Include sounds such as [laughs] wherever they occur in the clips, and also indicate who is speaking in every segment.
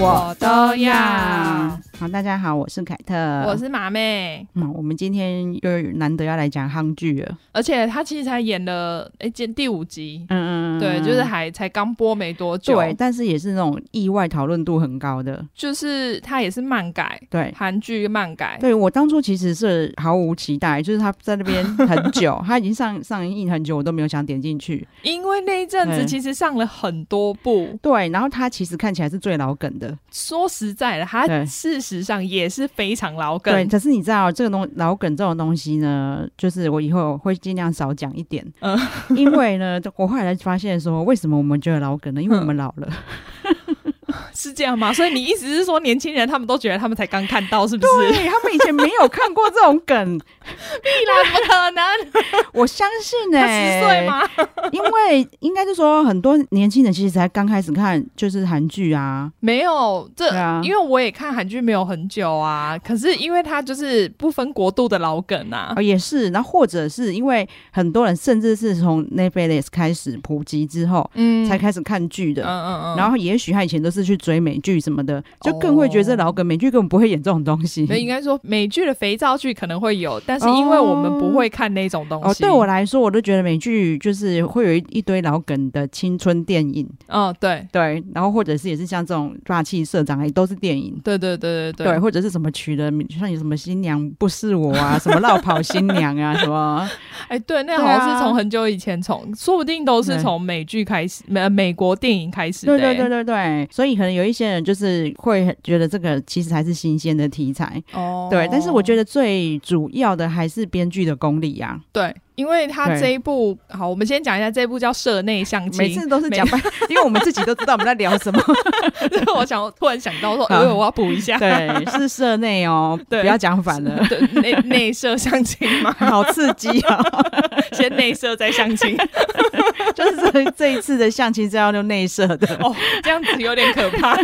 Speaker 1: 我都要
Speaker 2: 好，大家好，我是凯特，
Speaker 1: 我是马妹，
Speaker 2: 嗯，我们今天又难得要来讲夯剧了，
Speaker 1: 而且她其实才演了哎，今第五集，
Speaker 2: 嗯嗯，嗯
Speaker 1: 对，就是还才刚播没多久，
Speaker 2: 对，但是也是那种意外讨论度很高的，
Speaker 1: 就是她也是漫改
Speaker 2: 对。
Speaker 1: 韩剧漫改，
Speaker 2: 对我当初其实是毫无期待，就是他在那边很
Speaker 1: [laughs]
Speaker 2: 久，他已经上上映很久，我都没有想点进去。
Speaker 1: 因为那一阵子
Speaker 2: 嗯
Speaker 1: 其实上了很多部，
Speaker 2: 对，然后他其实看起来是最老梗的，
Speaker 1: 说实在的，她
Speaker 2: 对
Speaker 1: 事实上也是非常老
Speaker 2: 对。
Speaker 1: 梗，
Speaker 2: 可是你知道这个东老梗这种东西呢，就是我以后会尽量少讲一点，
Speaker 1: 嗯
Speaker 2: [laughs] 因为呢，我后来发现说，为什么我们觉得老梗
Speaker 1: 嗯
Speaker 2: 呢？因为我们老了。
Speaker 1: 是这样吗？所以你意思是说，年轻人他们都觉得他们才刚看到，是不是？
Speaker 2: 对他们以前没有看过这种梗， [laughs]
Speaker 1: 必然不可能，
Speaker 2: 我相信呢、
Speaker 1: [laughs] 他十岁？吗？
Speaker 2: 因为应该是说很多年轻人其实才刚开始看就是韩剧啊，
Speaker 1: 没有，这、
Speaker 2: 对啊
Speaker 1: 因为我也看韩剧没有很久啊，可是因为它就是不分国度的老梗啊
Speaker 2: 哦、，也是，然后或者是因为很多人甚至是从 Netflix 开始普及之后、
Speaker 1: 嗯
Speaker 2: 才开始看剧的。
Speaker 1: 嗯嗯嗯，
Speaker 2: 然后也许他以前都是去追美剧什么的，就更会觉得这老梗美剧根本不会演这种东西。
Speaker 1: 那应该说美剧的肥皂剧可能会有，但是因为我们不会看那种东
Speaker 2: 哦，
Speaker 1: 西，
Speaker 2: 对我来说，我都觉得美剧就是会有一一堆老梗的青春电影，
Speaker 1: 嗯，对
Speaker 2: 对，然后或者是也是像这种霸气社长也都是电影，
Speaker 1: 对对对对
Speaker 2: 对，，或者是什么娶了像有什么新娘不是我啊，什么绕跑新娘啊，什
Speaker 1: [laughs]
Speaker 2: 么
Speaker 1: 哎，对，那好
Speaker 2: 对啊
Speaker 1: 像是从很久以前从，说不定都是
Speaker 2: 对
Speaker 1: 从美剧开始，美美国电影开始的、欸
Speaker 2: 对对对，对对，所以可能有一些人就是会觉得这个其实还是新鲜的题材，
Speaker 1: 哦，
Speaker 2: 对，但是我觉
Speaker 1: 得
Speaker 2: 得最主要的还是编剧的功力啊，
Speaker 1: 对，因为他
Speaker 2: 对
Speaker 1: 这一部，好，我们先讲一下这一部叫《社内相亲》，
Speaker 2: 每次都是讲半， [laughs] 因为我们自己都知道我们在聊什么，
Speaker 1: 这 [laughs] 个我想突然想到说，
Speaker 2: 好
Speaker 1: 哎，我要补一
Speaker 2: [laughs]
Speaker 1: 下，
Speaker 2: 对，是社内 [laughs] 哦，不
Speaker 1: 对
Speaker 2: 要讲反了。，
Speaker 1: [laughs] 对内内射相亲嘛
Speaker 2: [laughs] 好刺激哦！
Speaker 1: 先内射再相亲，
Speaker 2: [laughs] 就是这这一次的相亲是要用内射的， [laughs]
Speaker 1: 哦，这样子有点可怕。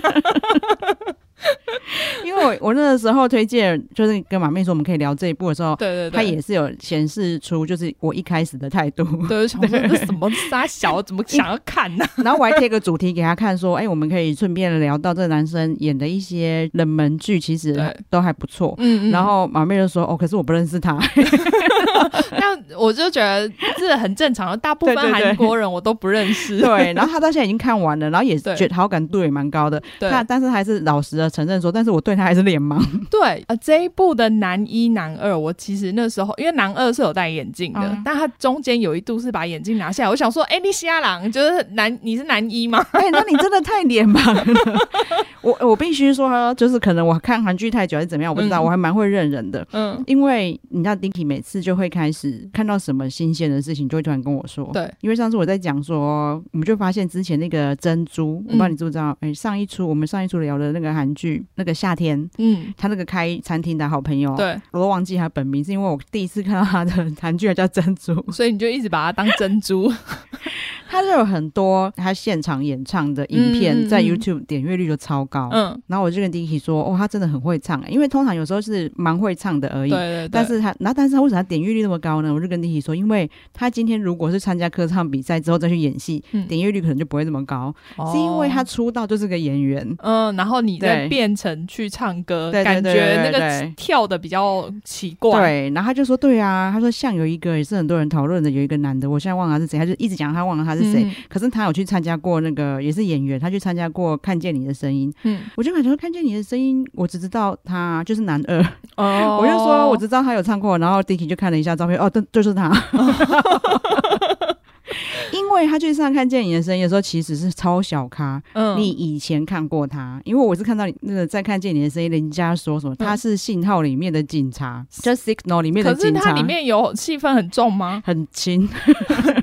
Speaker 2: 因为我我那个时候推荐，就是跟马妹说我们可以聊这一部的时候，
Speaker 1: 对对对，
Speaker 2: 她也是有显示出就是我一开始的态度， [laughs]
Speaker 1: 对，想说这什么傻小，怎么想要看呢、
Speaker 2: 然后我还贴个主题给她看，说，哎、我们可以顺便聊到这个男生演的一些冷门剧，其实
Speaker 1: 对
Speaker 2: 都还不错。
Speaker 1: 嗯
Speaker 2: 然后马妹就说：“哦，可是我不认识他。
Speaker 1: 但我就觉得这很正常，啊大部分
Speaker 2: 对对对
Speaker 1: 韩国人我都不认”识。
Speaker 2: [laughs] 对， [laughs] 然后他到现在已经看完了，然后也
Speaker 1: 对
Speaker 2: 觉得好感度也蛮高的。
Speaker 1: 对
Speaker 2: 他但是还是老实的承认说，但是我对他还是脸
Speaker 1: [laughs]
Speaker 2: 盲。
Speaker 1: 对，呃，这一部的男一、男二，我其实那时候因为男二是有戴眼镜的，
Speaker 2: 嗯
Speaker 1: 但他中间有一度是把眼镜拿下来，我想说，哎、你瞎狼，就是男，你是男一吗？
Speaker 2: 哎、那你真的太脸盲了。 [laughs] 我我必须说，就是可能我看韩剧太久还是怎么样，我不知道，
Speaker 1: 嗯
Speaker 2: 我还蛮会认人的。
Speaker 1: 嗯，
Speaker 2: 因为你知道，Dinky 每次就会开始看到什么新鲜的事情，就会突然跟我说。
Speaker 1: 对，
Speaker 2: 因为上次我在讲说，我们就发现之前那个珍珠，我
Speaker 1: 嗯
Speaker 2: 不知道你知不知道？哎、上一出我们上一出聊的那个韩剧，那个夏天，
Speaker 1: 嗯，
Speaker 2: 他那个开餐厅的好朋友，，
Speaker 1: 对，
Speaker 2: 我都忘记他本名，是因为我第一次看到他的韩剧还叫珍珠，
Speaker 1: 所以你就一直把它当珍珠。
Speaker 2: 哦他就有很多他现场演唱的影片，
Speaker 1: 嗯嗯嗯
Speaker 2: 在 YouTube 点阅率就超高。
Speaker 1: 嗯，
Speaker 2: 然后我就跟 Dinky 说，哦，他真的很会唱、因为通常有时候是蛮会唱的而已
Speaker 1: 对。对对，
Speaker 2: 但是他，然后但是他为什么他点阅率那么高呢？我就跟弟弟说，因为他今天如果是参加歌唱比赛之后再去演戏，
Speaker 1: 嗯
Speaker 2: 点阅率可能就不会这么高，
Speaker 1: 哦
Speaker 2: 是因为他出道就是个演员。
Speaker 1: 嗯，然后你再
Speaker 2: 对
Speaker 1: 变成去唱歌，
Speaker 2: 对对
Speaker 1: 感
Speaker 2: 对
Speaker 1: 觉那
Speaker 2: 对对
Speaker 1: 个
Speaker 2: 对
Speaker 1: 跳的比较奇怪。
Speaker 2: 对，然后他就说，对啊，他说像有一个也是很多人讨论的，有一个男的，我现在忘了他是谁，他就一直讲他忘了他是谁。
Speaker 1: 嗯
Speaker 2: 可是他有去参加过那个，也是演员，他去参加过《看见你的声音》，
Speaker 1: 嗯，
Speaker 2: 我就感觉《看见你的声音》，我只知道他就是男二，[laughs]
Speaker 1: 哦
Speaker 2: 我就说我只知道他有唱过，然后 Dicky 就看了一下照片，哦，对，就是 [laughs] 他。因为他去上看见你的声音的时候，其实是超小咖。
Speaker 1: 嗯
Speaker 2: 你以前看过他，因为我是看到你那个在看见你的声音，人家说什么他是信号里面的警察，嗯就 Signal 里面的
Speaker 1: 可是
Speaker 2: 警
Speaker 1: 它
Speaker 2: 察，？
Speaker 1: 里面有戏份很重
Speaker 2: [laughs]
Speaker 1: 吗
Speaker 2: 很轻，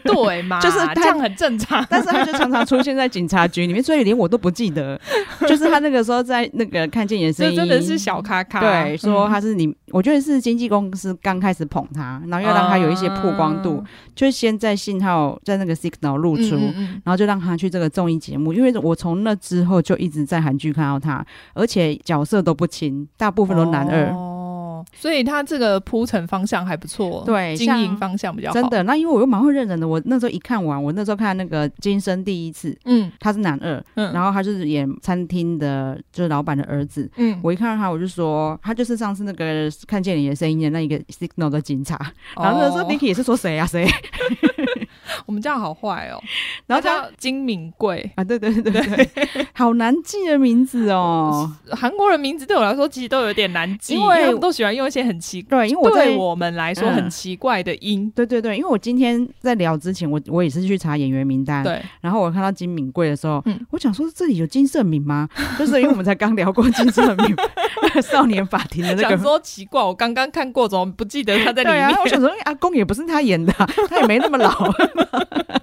Speaker 1: 对嘛，
Speaker 2: 就是它
Speaker 1: 这样很正常。
Speaker 2: [laughs] 但是他就常常出现在警察局里面，所以连我都不记得。 [laughs] 就是他那个时候在那个看见你的声
Speaker 1: 这
Speaker 2: 音，
Speaker 1: 真的是小咖咖，
Speaker 2: 对，
Speaker 1: 嗯
Speaker 2: 说他是你，我觉得是经纪公司刚开始捧他，然后要让他有一些曝光度，就是先在信号在那个 Signal 露出。
Speaker 1: 哦嗯嗯嗯
Speaker 2: 然后就让他去这个综艺节目，因为我从那之后就一直在韩剧看到他，而且角色都不轻，大部分都男二。
Speaker 1: 哦，所以它这个铺陈方向还不错，
Speaker 2: 对
Speaker 1: 经
Speaker 2: 像
Speaker 1: 营方向比较好，
Speaker 2: 真，的，那因为我又蛮会认人的，我那时候一看完，我那时候看那个《今生第一次》，
Speaker 1: 嗯
Speaker 2: 他是男二，
Speaker 1: 嗯，
Speaker 2: 然后他就是演餐厅的，就是老板的儿子。
Speaker 1: 嗯，
Speaker 2: 我一看到他，我就说他就是上次那个看见你的声音的那一个 signal 的警察。然后那时候
Speaker 1: 哦
Speaker 2: Niki 也是说谁啊谁， [laughs]
Speaker 1: 我们这样好坏哦，
Speaker 2: 然后
Speaker 1: 它
Speaker 2: 他
Speaker 1: 叫金敏贵。
Speaker 2: 啊对对对对，对好难记的名字哦。
Speaker 1: 韩国人名字对我来说其实都有点难记，
Speaker 2: 因
Speaker 1: 因
Speaker 2: 为
Speaker 1: 为他们都喜欢用一些很奇，
Speaker 2: 对，因为我在
Speaker 1: 对我们来说
Speaker 2: 嗯
Speaker 1: 很奇怪的音。
Speaker 2: [laughs] 对对对，因为我今天在聊之前，我我也是去查演员名单，
Speaker 1: 对，
Speaker 2: 然后我看到金敏贵的时候，
Speaker 1: 嗯
Speaker 2: 我想说这里有金圣敏吗？就是因为我们才刚聊过金圣敏
Speaker 1: [laughs]
Speaker 2: 那个少年法庭的 [laughs] 那
Speaker 1: 想
Speaker 2: 个。
Speaker 1: 说奇怪，我刚刚看过，怎么不记得他在里
Speaker 2: 对
Speaker 1: 面？
Speaker 2: 啊，我想说，哎阿公也不是他演的啊、他也没那么老。 [laughs]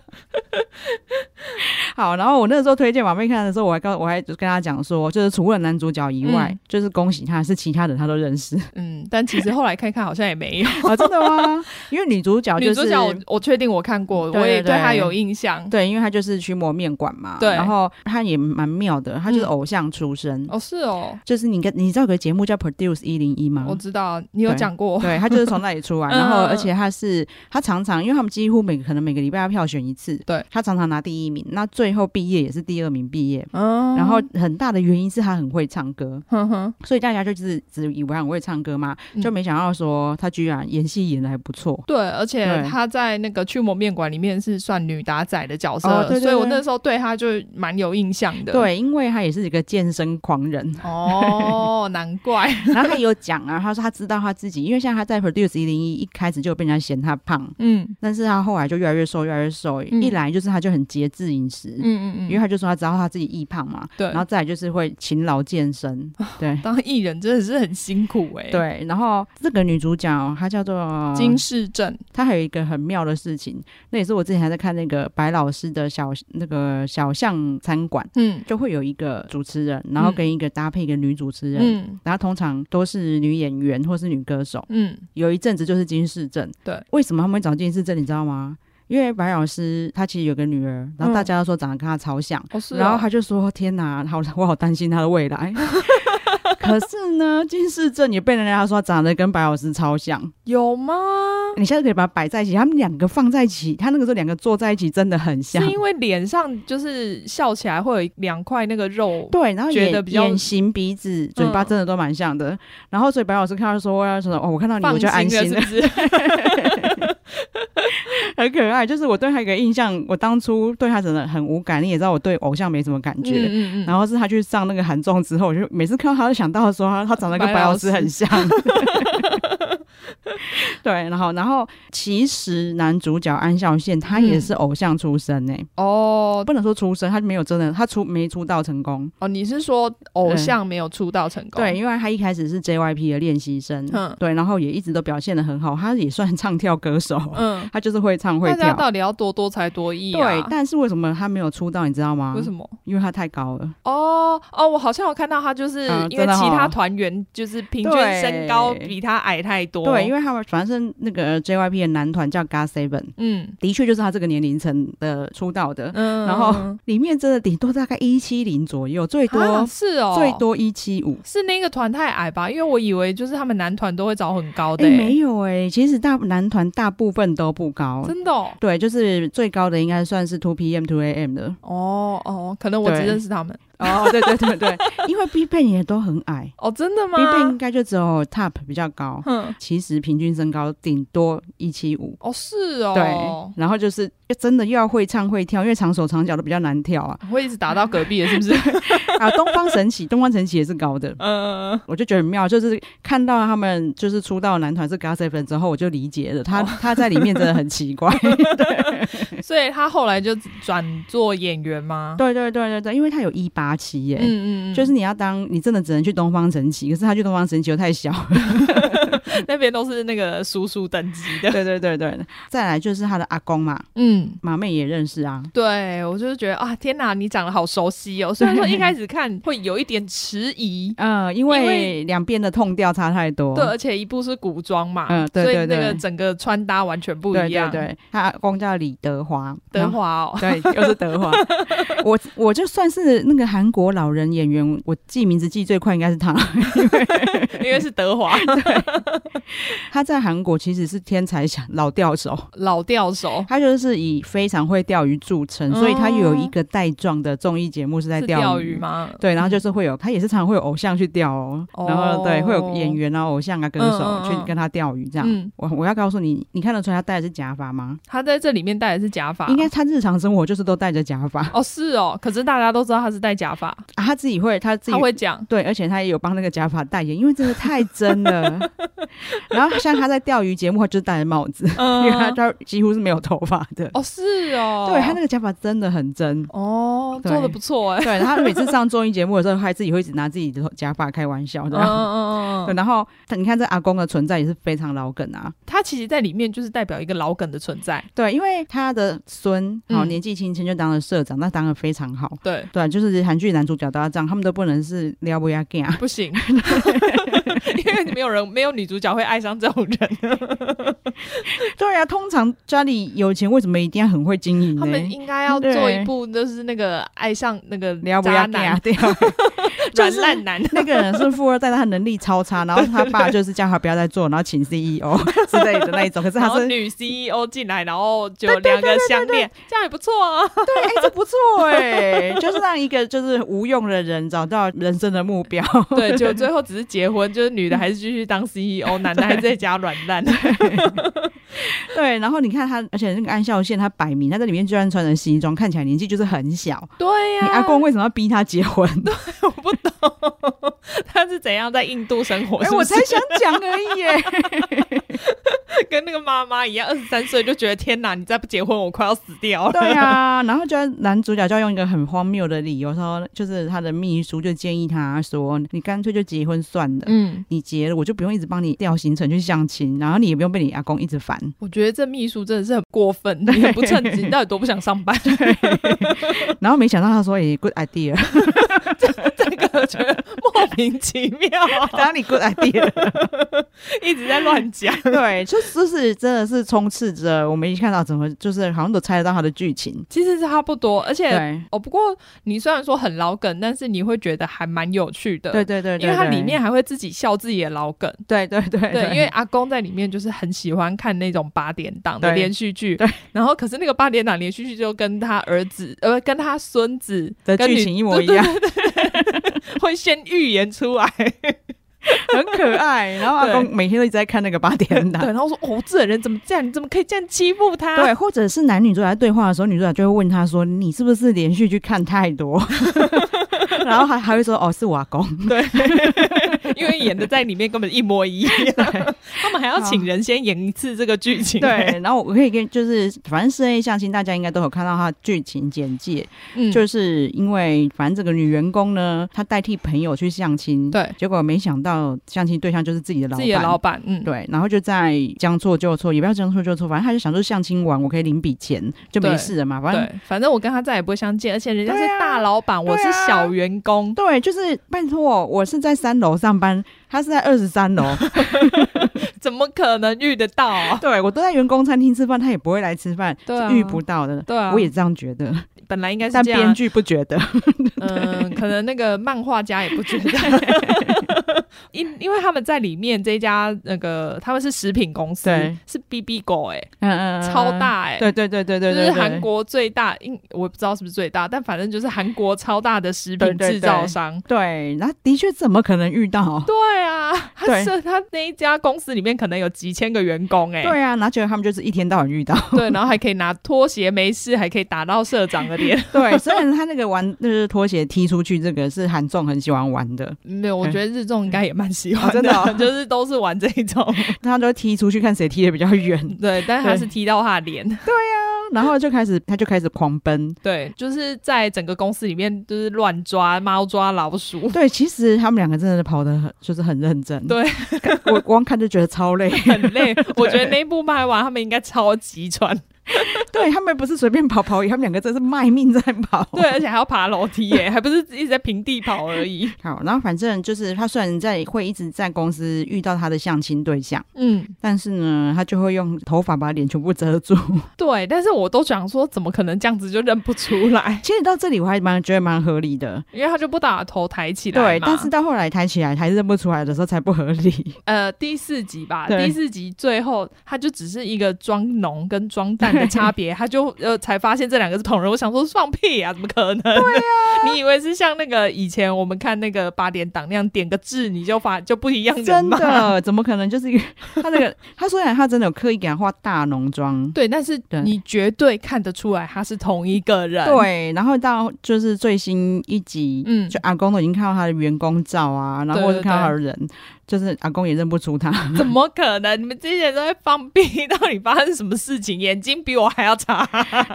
Speaker 2: 好，然后我那时候推荐马妹看的时候，我还告我还就跟他讲说，就是除了男主角以外，
Speaker 1: 嗯
Speaker 2: 就是恭喜他，是其他人他都认识
Speaker 1: [laughs] 嗯，但其实后来看看好像
Speaker 2: [laughs]
Speaker 1: 也没有。
Speaker 2: 啊，真的吗？因为女主角就
Speaker 1: 女
Speaker 2: 是
Speaker 1: 主角我我确定我看过，
Speaker 2: 对
Speaker 1: 我也
Speaker 2: 对
Speaker 1: 对
Speaker 2: 对
Speaker 1: 她有印象。
Speaker 2: 对，因为他就是驱魔面馆嘛，
Speaker 1: 对
Speaker 2: 然后他也蛮妙的，他就是
Speaker 1: 嗯
Speaker 2: 偶像出身，
Speaker 1: 哦，是哦，
Speaker 2: 就是你跟你知道有个节目叫 Produce 一零一吗
Speaker 1: 我？知道你有
Speaker 2: 对
Speaker 1: 讲过。
Speaker 2: 对他就是从那里出来，然后
Speaker 1: [laughs] 嗯嗯嗯
Speaker 2: 而且他是他常常，因为他们几乎每可能每个礼拜要票选一次，
Speaker 1: 对，
Speaker 2: 他常常拿第一名，那最后毕业也是第二名毕业。
Speaker 1: 嗯
Speaker 2: 然后很大的原因是他很会唱歌，
Speaker 1: 哼哼，
Speaker 2: 所以大家就是只以为他很会唱歌嘛，
Speaker 1: 嗯
Speaker 2: 就没想到说他居然演戏演的还不错。
Speaker 1: 对，而且
Speaker 2: 对
Speaker 1: 她在那个驱魔面馆里面是算女打仔的角色，
Speaker 2: 哦对对
Speaker 1: 所以我
Speaker 2: 对
Speaker 1: 那时候对她就蛮有印象的。，
Speaker 2: 对，因为他也是一个健身狂人，
Speaker 1: [laughs] 哦，难
Speaker 2: [laughs]
Speaker 1: 怪。
Speaker 2: 然后他也有讲啊，他说他知道他自己，因为像他在 Produce 一零一一开始就被人家嫌他胖，
Speaker 1: 嗯
Speaker 2: 但是他后来就越来越瘦，越来越瘦。
Speaker 1: 嗯
Speaker 2: 一来就是他就很节制饮食，
Speaker 1: 嗯嗯
Speaker 2: 因为
Speaker 1: 嗯，
Speaker 2: 他就说他知道他自己易胖嘛，
Speaker 1: 对
Speaker 2: 然。后再来就是会勤劳健身，对
Speaker 1: 当艺人真的是很辛苦哎、，
Speaker 2: 对。啊然后这个女主角啊她叫做
Speaker 1: 金世正，
Speaker 2: 她还有一个很妙的事情，那也是我之前还在看那个白老师的小那个小巷餐馆，
Speaker 1: 嗯
Speaker 2: 就会有一个主持人，然后跟一个搭配一个女主持人。
Speaker 1: 嗯
Speaker 2: 然后通常都是女演员或是女歌手，
Speaker 1: 嗯，
Speaker 2: 有一阵子就是金世正。
Speaker 1: 对，
Speaker 2: 为什么他们会找金世正，你知道吗？因为白老师他其实有个女儿，然后大家都说长得跟他超像，
Speaker 1: 哦嗯是哦
Speaker 2: 然后他就说：“天哪，好，我好担心他的未来。” [laughs] 可是呢，金世正也被人家说长得跟白老师超像。
Speaker 1: 有吗？
Speaker 2: 你下次可以把它摆在一起，他们两个放在一起，他那个时候两个坐在一起真的很像
Speaker 1: 是。因为脸上就是笑起来会有一两块那个肉，
Speaker 2: 对，然后
Speaker 1: 觉
Speaker 2: 眼
Speaker 1: 得比较
Speaker 2: 眼型、鼻子、嘴巴
Speaker 1: 嗯
Speaker 2: 真的都蛮像的。然后所以白老师看到说：“我要说哦，我看到你
Speaker 1: 放
Speaker 2: 我就安心了。”
Speaker 1: 了是不是？
Speaker 2: [laughs] 很可爱，就是我对他一个印象，我当初对他真的很无感，你也知道我对偶像没什么感 [laughs] 觉。
Speaker 1: 嗯
Speaker 2: 然后是他去上那个韩综之后，我就每次看到他，就想到说他他长得跟白老师很像。 [laughs] 对，然后然后其实男主角安孝燮他
Speaker 1: 嗯
Speaker 2: 也是偶像出身呢、欸
Speaker 1: 哦
Speaker 2: 不能说出身，他没有真的他出没出道成功。
Speaker 1: 哦，你是说偶像没有出道成
Speaker 2: 嗯
Speaker 1: 功？
Speaker 2: 对，，因为他一开始是 JYP 的练习生，
Speaker 1: 哦嗯
Speaker 2: 对，然后也一直都表现的很好，他也算唱跳歌手，
Speaker 1: 嗯，
Speaker 2: 他就是会唱会
Speaker 1: 大
Speaker 2: 跳
Speaker 1: 家。到底要多多才多艺啊？
Speaker 2: 对，但是为什么他没有出道？你知道吗？
Speaker 1: 为什？么？
Speaker 2: 因为他太高了。
Speaker 1: 哦哦，我好像有看到他，就是
Speaker 2: 嗯
Speaker 1: 因
Speaker 2: 真
Speaker 1: 为
Speaker 2: 的
Speaker 1: 其
Speaker 2: 哦
Speaker 1: 他团员就是平均
Speaker 2: 对
Speaker 1: 身高比他矮太多。
Speaker 2: 对，因
Speaker 1: 为
Speaker 2: 为他们反正那个 JYP 的男团叫 GOT Seven，
Speaker 1: 嗯
Speaker 2: 的确就是他这个年龄层的出道的，
Speaker 1: 嗯，
Speaker 2: 然后里面真的顶多大概一七零左右，最多、
Speaker 1: 啊是哦，
Speaker 2: 最多一七五。
Speaker 1: 是那个团太矮吧？因为我以为就是他们男团都会找很高的、
Speaker 2: 哎、
Speaker 1: 欸
Speaker 2: 没有哎、其实大男团大部分都不高。
Speaker 1: 真的哦
Speaker 2: 对，就是最高的应该算是 Two PM、Two AM 的。
Speaker 1: 哦哦，可能我只
Speaker 2: 对
Speaker 1: 认识他们
Speaker 2: 哦，对对对对， [laughs] 因为 B Ban 也都很矮
Speaker 1: 哦，真的吗
Speaker 2: ，B Ban 应该就只有 Top 比较高，
Speaker 1: 哼，
Speaker 2: 其实平均身高顶多一七五。
Speaker 1: 哦是哦
Speaker 2: 对，，然后就是又真的又要会唱会跳，因为长手长脚都比较难跳啊。
Speaker 1: 会一直打到隔壁
Speaker 2: [laughs]
Speaker 1: 的，是不是？ [laughs]
Speaker 2: 啊，东方神起，东方神起也是高的，
Speaker 1: 嗯，
Speaker 2: 我就觉得很妙，就是看到他们就是出道的男团是 GOT7 之后，我就理解了
Speaker 1: 哦
Speaker 2: 他、他在里面真的很奇
Speaker 1: [laughs]
Speaker 2: 怪。
Speaker 1: 嗯所以他后来就转做演员吗？
Speaker 2: 对对对对对，因为他有一八七耶。
Speaker 1: 嗯嗯嗯，
Speaker 2: 就是你要当，你真的只能去东方神起，可是他去东方神起又太小了。
Speaker 1: [laughs] 那边都是那个叔叔等级
Speaker 2: [laughs]
Speaker 1: 的。
Speaker 2: 对对对对，再来就是他的阿公嘛，
Speaker 1: 嗯，
Speaker 2: 马妹也认识啊。
Speaker 1: 对我就是觉得啊，天哪，你长得好熟悉哦。虽然说一开始看会有一点迟
Speaker 2: [laughs]
Speaker 1: 疑，
Speaker 2: 嗯、因
Speaker 1: 因
Speaker 2: 为
Speaker 1: 为
Speaker 2: 两边的痛调差太多。
Speaker 1: 对，而且一部是古装嘛，
Speaker 2: 哦嗯对对
Speaker 1: 所以那个
Speaker 2: 对
Speaker 1: 整个穿搭完全不
Speaker 2: 对
Speaker 1: 一
Speaker 2: 对
Speaker 1: 样。
Speaker 2: 对，他阿公叫李德华，然
Speaker 1: 德
Speaker 2: 后
Speaker 1: [laughs] 华哦，
Speaker 2: [laughs] 对，又是德华。我我就算是那个韩国老人演员，我记名字记最快应该是他， [laughs] 因为
Speaker 1: 因为是德华
Speaker 2: 他在韩国其实是天才小老钓手，
Speaker 1: 老钓手
Speaker 2: 他就是以非常会钓鱼著称，所以他有一个带状的综艺节目是在
Speaker 1: [laughs] 哦是
Speaker 2: 钓
Speaker 1: 钓鱼。吗？
Speaker 2: 对，然后就是会有他也是常常会有偶像去钓哦，
Speaker 1: 哦
Speaker 2: 然后对会有演员啊、偶像啊、歌手
Speaker 1: 嗯嗯嗯
Speaker 2: 去跟他钓鱼这样。
Speaker 1: 嗯，
Speaker 2: 我我要告诉你，你看得出来他戴的是假发吗？
Speaker 1: 他在这里面戴的是假发，
Speaker 2: 应该他日常生活就是都戴着假发、
Speaker 1: 哦是哦，可是大家都知道他是戴假发，
Speaker 2: 啊，他自己会他自己
Speaker 1: 他
Speaker 2: [laughs]
Speaker 1: 会讲
Speaker 2: 对，而且他也有帮那个假发代言，因为真的太真
Speaker 1: [laughs]
Speaker 2: 了。然后像他在钓鱼节目，他就是戴着帽子，因为他
Speaker 1: 嗯
Speaker 2: 他几乎是没有头发的。
Speaker 1: 哦是哦，
Speaker 2: 对他那个假发真的很真。
Speaker 1: 哦
Speaker 2: 对
Speaker 1: 做的不错哎，
Speaker 2: 对，然后他每次上综艺节目的时候，还自己会一直拿自己的假发开玩笑
Speaker 1: 嗯
Speaker 2: 的。
Speaker 1: 嗯嗯
Speaker 2: 对，
Speaker 1: 嗯，
Speaker 2: 然后他你看这阿公的存在也是非常老梗啊。
Speaker 1: 他其实在里面就是代表一个老梗的存在，
Speaker 2: 对，因为他的孙好
Speaker 1: 嗯
Speaker 2: 年纪轻轻就当了社长，那当的非常好。
Speaker 1: 对。
Speaker 2: 对，就是韩剧男主角都要这样，他们都不能是撩不压 g 啊。 [laughs]
Speaker 1: 不行， [laughs] 因为没有人没有女主角会爱上这
Speaker 2: [laughs]
Speaker 1: 种人，
Speaker 2: 对啊，通常家里有钱，为什么一定要很会经营呢？
Speaker 1: 他们应该要做
Speaker 2: 对
Speaker 1: 一部就是那个爱上那个
Speaker 2: 你要不啊要
Speaker 1: 渣
Speaker 2: 干 [laughs]
Speaker 1: 男
Speaker 2: 掉？就
Speaker 1: 软
Speaker 2: 是
Speaker 1: 烂男，
Speaker 2: 那个人是富二代，但他能力超差，然后他爸就是叫他不要再做，然后请 [laughs] CEO 之类的那一种。可是
Speaker 1: 然
Speaker 2: 他
Speaker 1: 后
Speaker 2: 是，
Speaker 1: 女 CEO 进来，然后就两个相恋，这样也不错啊。
Speaker 2: 哎、这不错 [laughs] 哎、就是让一个就是无用的人找到人生的目标。
Speaker 1: [laughs] 对，就最后只是结婚，就是女的还是继续当 E [laughs] CEO，男的还是在家软烂。
Speaker 2: [laughs] 对，然后你看他，而且那个安孝燮，他摆明他在里面居然穿着西装，看起来年纪就是很小。
Speaker 1: [laughs] 对
Speaker 2: 你
Speaker 1: 呀、
Speaker 2: 阿公为什么要逼他结婚？
Speaker 1: 我不 [laughs] 懂他是怎样在印度生活，
Speaker 2: 哎、
Speaker 1: 是不
Speaker 2: 我
Speaker 1: 是
Speaker 2: 才想讲而已耶、
Speaker 1: 跟那个妈妈一样，二十三岁就觉得天哪，你再不结婚，我快要死掉
Speaker 2: [laughs]
Speaker 1: 了。
Speaker 2: 对啊，然后就要男主角就要用一个很荒谬的理由说，就是他的秘书就建议他说，你干脆就结婚算了。
Speaker 1: 嗯，
Speaker 2: 你结了，我就不用一直帮你调行程去相亲，然后你也不用被你阿公一直烦。 [laughs]
Speaker 1: 我觉得这秘书真的是很过分，你很不称职，你到底多不想上 [laughs] 班？
Speaker 2: 然后没想到他说，诶、g o o d idea，
Speaker 1: 这个觉得莫名其妙、啊
Speaker 2: 然后你 good idea，
Speaker 1: [laughs] 一直在乱讲。
Speaker 2: 对，就就是真的是充斥着我们一看到怎么就是好像都猜得到他的剧情，
Speaker 1: 其实差不多，而且
Speaker 2: 对，
Speaker 1: 哦，不过你虽然说很老梗，但是你会觉得还蛮有趣的。
Speaker 2: 对对对，
Speaker 1: 因为它
Speaker 2: 对
Speaker 1: 里面，还会自己笑自己的老梗。
Speaker 2: 对对对
Speaker 1: 对，因为阿公在里面就是很喜欢看那种八点档的
Speaker 2: 对
Speaker 1: 连续剧
Speaker 2: 对，
Speaker 1: 然后可是那个八点档连续剧就跟他儿子呃跟他孙子
Speaker 2: 的
Speaker 1: 跟
Speaker 2: 剧
Speaker 1: 女 [laughs]
Speaker 2: 情一模一，样，
Speaker 1: 对会先预言出
Speaker 2: [laughs]
Speaker 1: 来。
Speaker 2: 很可爱。然后阿公每天都一直在看那个八点
Speaker 1: [laughs] 对，
Speaker 2: 档。
Speaker 1: 然后说哦，这人怎么这样？你怎么可以这样欺负他？
Speaker 2: 对，或者是男女主角在对话的时候，女主角就会问他说：“你是不是连续剧看太多？”
Speaker 1: [laughs]
Speaker 2: 然后还还会说：“哦，是我阿公。”
Speaker 1: 因为演的在里面根本一模一样， [laughs] 他们还要请人先演一次这个剧情。
Speaker 2: 啊对，然后我可以跟就是，反正室内相亲大家应该都有看到它剧情简介，
Speaker 1: 嗯，
Speaker 2: 就是因为反正这个女员工呢，她代替朋友去相亲，，
Speaker 1: 对
Speaker 2: 结果没想到相亲对象就是自己的老
Speaker 1: 自己的
Speaker 2: 板。
Speaker 1: 老板，嗯，
Speaker 2: 对，然后就在将错就错，也不要将错就错，反正她就想说相亲完我可以领笔钱就没
Speaker 1: 对
Speaker 2: 事了嘛，反正
Speaker 1: 对，反正我跟他再也不会相见，而且人家是
Speaker 2: 对啊
Speaker 1: 大老板，我是
Speaker 2: 对啊
Speaker 1: 小员工。 [laughs]
Speaker 2: 对，就是拜托，哦我是在三楼上班，她是在二十三
Speaker 1: [laughs]
Speaker 2: 楼，
Speaker 1: 怎么可能遇得到、
Speaker 2: [laughs]
Speaker 1: 啊？
Speaker 2: 对我都在员工餐厅吃饭，她也不会来吃饭，
Speaker 1: 对
Speaker 2: 是
Speaker 1: 啊
Speaker 2: 遇不到的。
Speaker 1: 对啊，
Speaker 2: 我也这样觉得，
Speaker 1: 本来应该是
Speaker 2: 但
Speaker 1: 这样啊
Speaker 2: 编，剧不觉得。
Speaker 1: 嗯，可能那个漫画家也不
Speaker 2: [laughs]
Speaker 1: 觉得，因因为他们在里面这一家那个他们是食品公司
Speaker 2: 对，
Speaker 1: 是 BB 狗哎、
Speaker 2: 嗯嗯，嗯
Speaker 1: [laughs] 超。大哎、
Speaker 2: 对对对对对对，
Speaker 1: 就是韩
Speaker 2: 对。
Speaker 1: 国最大，应我不知道是不是最大，但反正就是韩国超大的食
Speaker 2: 对
Speaker 1: 品
Speaker 2: 对
Speaker 1: 制造商。
Speaker 2: 对，那的确怎么可能遇到？
Speaker 1: 对啊，他
Speaker 2: 对
Speaker 1: 是他那一家公司里面可能有几千个员工哎、
Speaker 2: 对啊，拿觉得他们就是一天到晚遇
Speaker 1: [laughs]
Speaker 2: 到。
Speaker 1: 对，然后还可以拿拖鞋没事，还可以打到社长的脸。
Speaker 2: 对，虽然他那个玩就是拖鞋踢出去，这个是韩仲很喜欢玩的，
Speaker 1: [laughs] 没有，我觉得日中应该也蛮喜欢
Speaker 2: 哦真的哦
Speaker 1: [laughs] 就是都是玩这一种。
Speaker 2: 他都踢出去看谁踢的比较远，
Speaker 1: [laughs] 对，但是他是踢到他的脸。
Speaker 2: 然后就开始他就开始狂奔。
Speaker 1: 对，就是在整个公司里面就是乱抓猫抓老 [laughs] 鼠。
Speaker 2: 对，其实他们两个真的跑得很，就是很认真。
Speaker 1: 对，
Speaker 2: [laughs] 我光看就觉得超累。
Speaker 1: [laughs] 很累，我觉得那一部拍完，他们应该超级喘。
Speaker 2: 对他们不是随便跑跑，他们两个真是卖命在跑。
Speaker 1: 对，而且还要爬楼梯耶， [laughs] 还不是一直在平地跑而已。
Speaker 2: 好，然后反正就是他虽然在会一直在公司遇到他的相亲对象，
Speaker 1: 嗯，
Speaker 2: 但是呢，他就会用头发把脸全部遮住。 [laughs]
Speaker 1: 对，但是我都想说，怎么可能这样子就认不出来？
Speaker 2: 其实到这里我还蛮觉得蛮合理的，
Speaker 1: 因为他就不把头抬起来
Speaker 2: 对，
Speaker 1: 嘛
Speaker 2: 但是到后来抬起来还是认不出来的时候才不合理。
Speaker 1: 呃，第四集吧，
Speaker 2: 对
Speaker 1: 第四集最后他就只是一个装浓跟装淡的差 [laughs] 别，他就呃才发现这两个是同人。我想说放屁啊，怎么可能？对啊， [laughs] 你以为是像那个以前我们看那个八点档那样点个痣你就发就不一样人
Speaker 2: 真
Speaker 1: 吗？
Speaker 2: 的，怎么可能？就是一个 [laughs] 他那个，他虽然他真的有刻意给他画大浓妆，
Speaker 1: 对，但是
Speaker 2: 对
Speaker 1: 你绝对看得出来他是同一个人。，
Speaker 2: 对，然后到就是最新一集，
Speaker 1: 嗯
Speaker 2: 就阿公都已经看到他的员工照啊，然后
Speaker 1: 对
Speaker 2: 或是
Speaker 1: 对
Speaker 2: 看到他的
Speaker 1: 对
Speaker 2: 人，就是阿公也认不出
Speaker 1: [laughs]
Speaker 2: 他。
Speaker 1: 怎么可能？你们这些人都在放屁， [laughs] 到底发生什么事情？眼睛比我还要 [laughs] 差，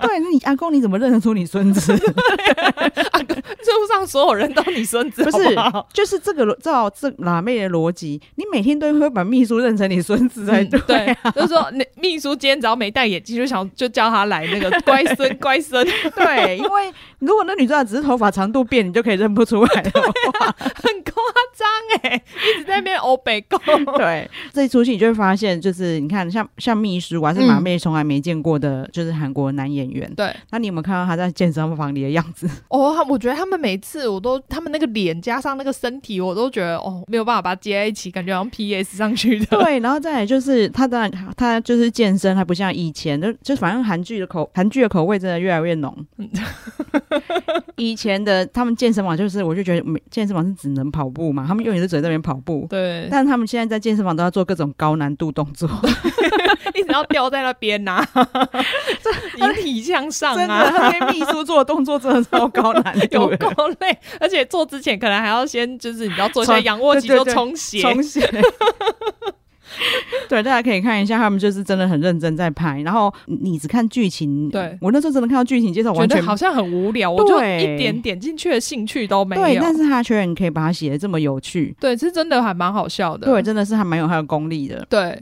Speaker 2: 对，那你阿公你怎么认得出你孙子？
Speaker 1: [laughs] 路上所有人都你孙子，
Speaker 2: 不
Speaker 1: 好
Speaker 2: 是
Speaker 1: 不好？
Speaker 2: 就是这个逻照这辣妹的逻辑，你每天都会把秘书认成你孙
Speaker 1: [laughs]
Speaker 2: 子才
Speaker 1: 嗯
Speaker 2: 对啊。
Speaker 1: 就是说那秘书今天只要没戴眼镜，就想就叫他来那个乖孙乖 [laughs] 孙，
Speaker 2: 对，因为如果那女主角只是头发长度变，你就可以认不出来了。
Speaker 1: 啊很夸张哎，一直在那边欧北共。
Speaker 2: [laughs] 对，这一出戏你就会发现，就是你看，像像秘书啊，是马妹从来没见过的，就是韩国男演员。
Speaker 1: 嗯对，
Speaker 2: 那你有没有看到他在健身房里的
Speaker 1: [laughs]
Speaker 2: 样子？
Speaker 1: [laughs] 哦，他我觉得他们每次我都，他们那个脸加上那个身体，我都觉得哦，没有办法把它接在一起，感觉好像 P S 上去的。
Speaker 2: 对，然后再来就是他当然他就是健身，他不像以前，就就反正韩剧的口韩剧的口味真的越来越浓。
Speaker 1: 嗯 [laughs]
Speaker 2: 以前的他们健身房就是，我就觉得每健身房是只能跑步嘛，他们永远是只能在那边跑步。
Speaker 1: 对，
Speaker 2: 但他们现在在健身房都要做各种高难度动作，
Speaker 1: [laughs] 一直要吊在那边 [laughs] 呐、啊，引体向上
Speaker 2: 真的，
Speaker 1: 啊，
Speaker 2: 他那些秘书做的动作真的超高难度
Speaker 1: 有
Speaker 2: 的，
Speaker 1: 够累，而且做之前可能还要先就是你要做一下
Speaker 2: 冲
Speaker 1: 仰卧起
Speaker 2: 对对
Speaker 1: 坐
Speaker 2: 对
Speaker 1: 充血，
Speaker 2: 重写。对，大家可以看一下，他们就是真的很认真在拍。然后你只看剧情，
Speaker 1: 对
Speaker 2: 我那时候真的看到剧情介绍，
Speaker 1: 觉
Speaker 2: 完
Speaker 1: 得
Speaker 2: 全
Speaker 1: 好像很无聊，我就
Speaker 2: 对
Speaker 1: 一点点进去的兴趣都没
Speaker 2: 对，
Speaker 1: 有。
Speaker 2: 但是他居然可以把它写的这么有趣，
Speaker 1: 对，是真的还蛮好笑的。
Speaker 2: 对，真的是还蛮有他的功力的。
Speaker 1: 对，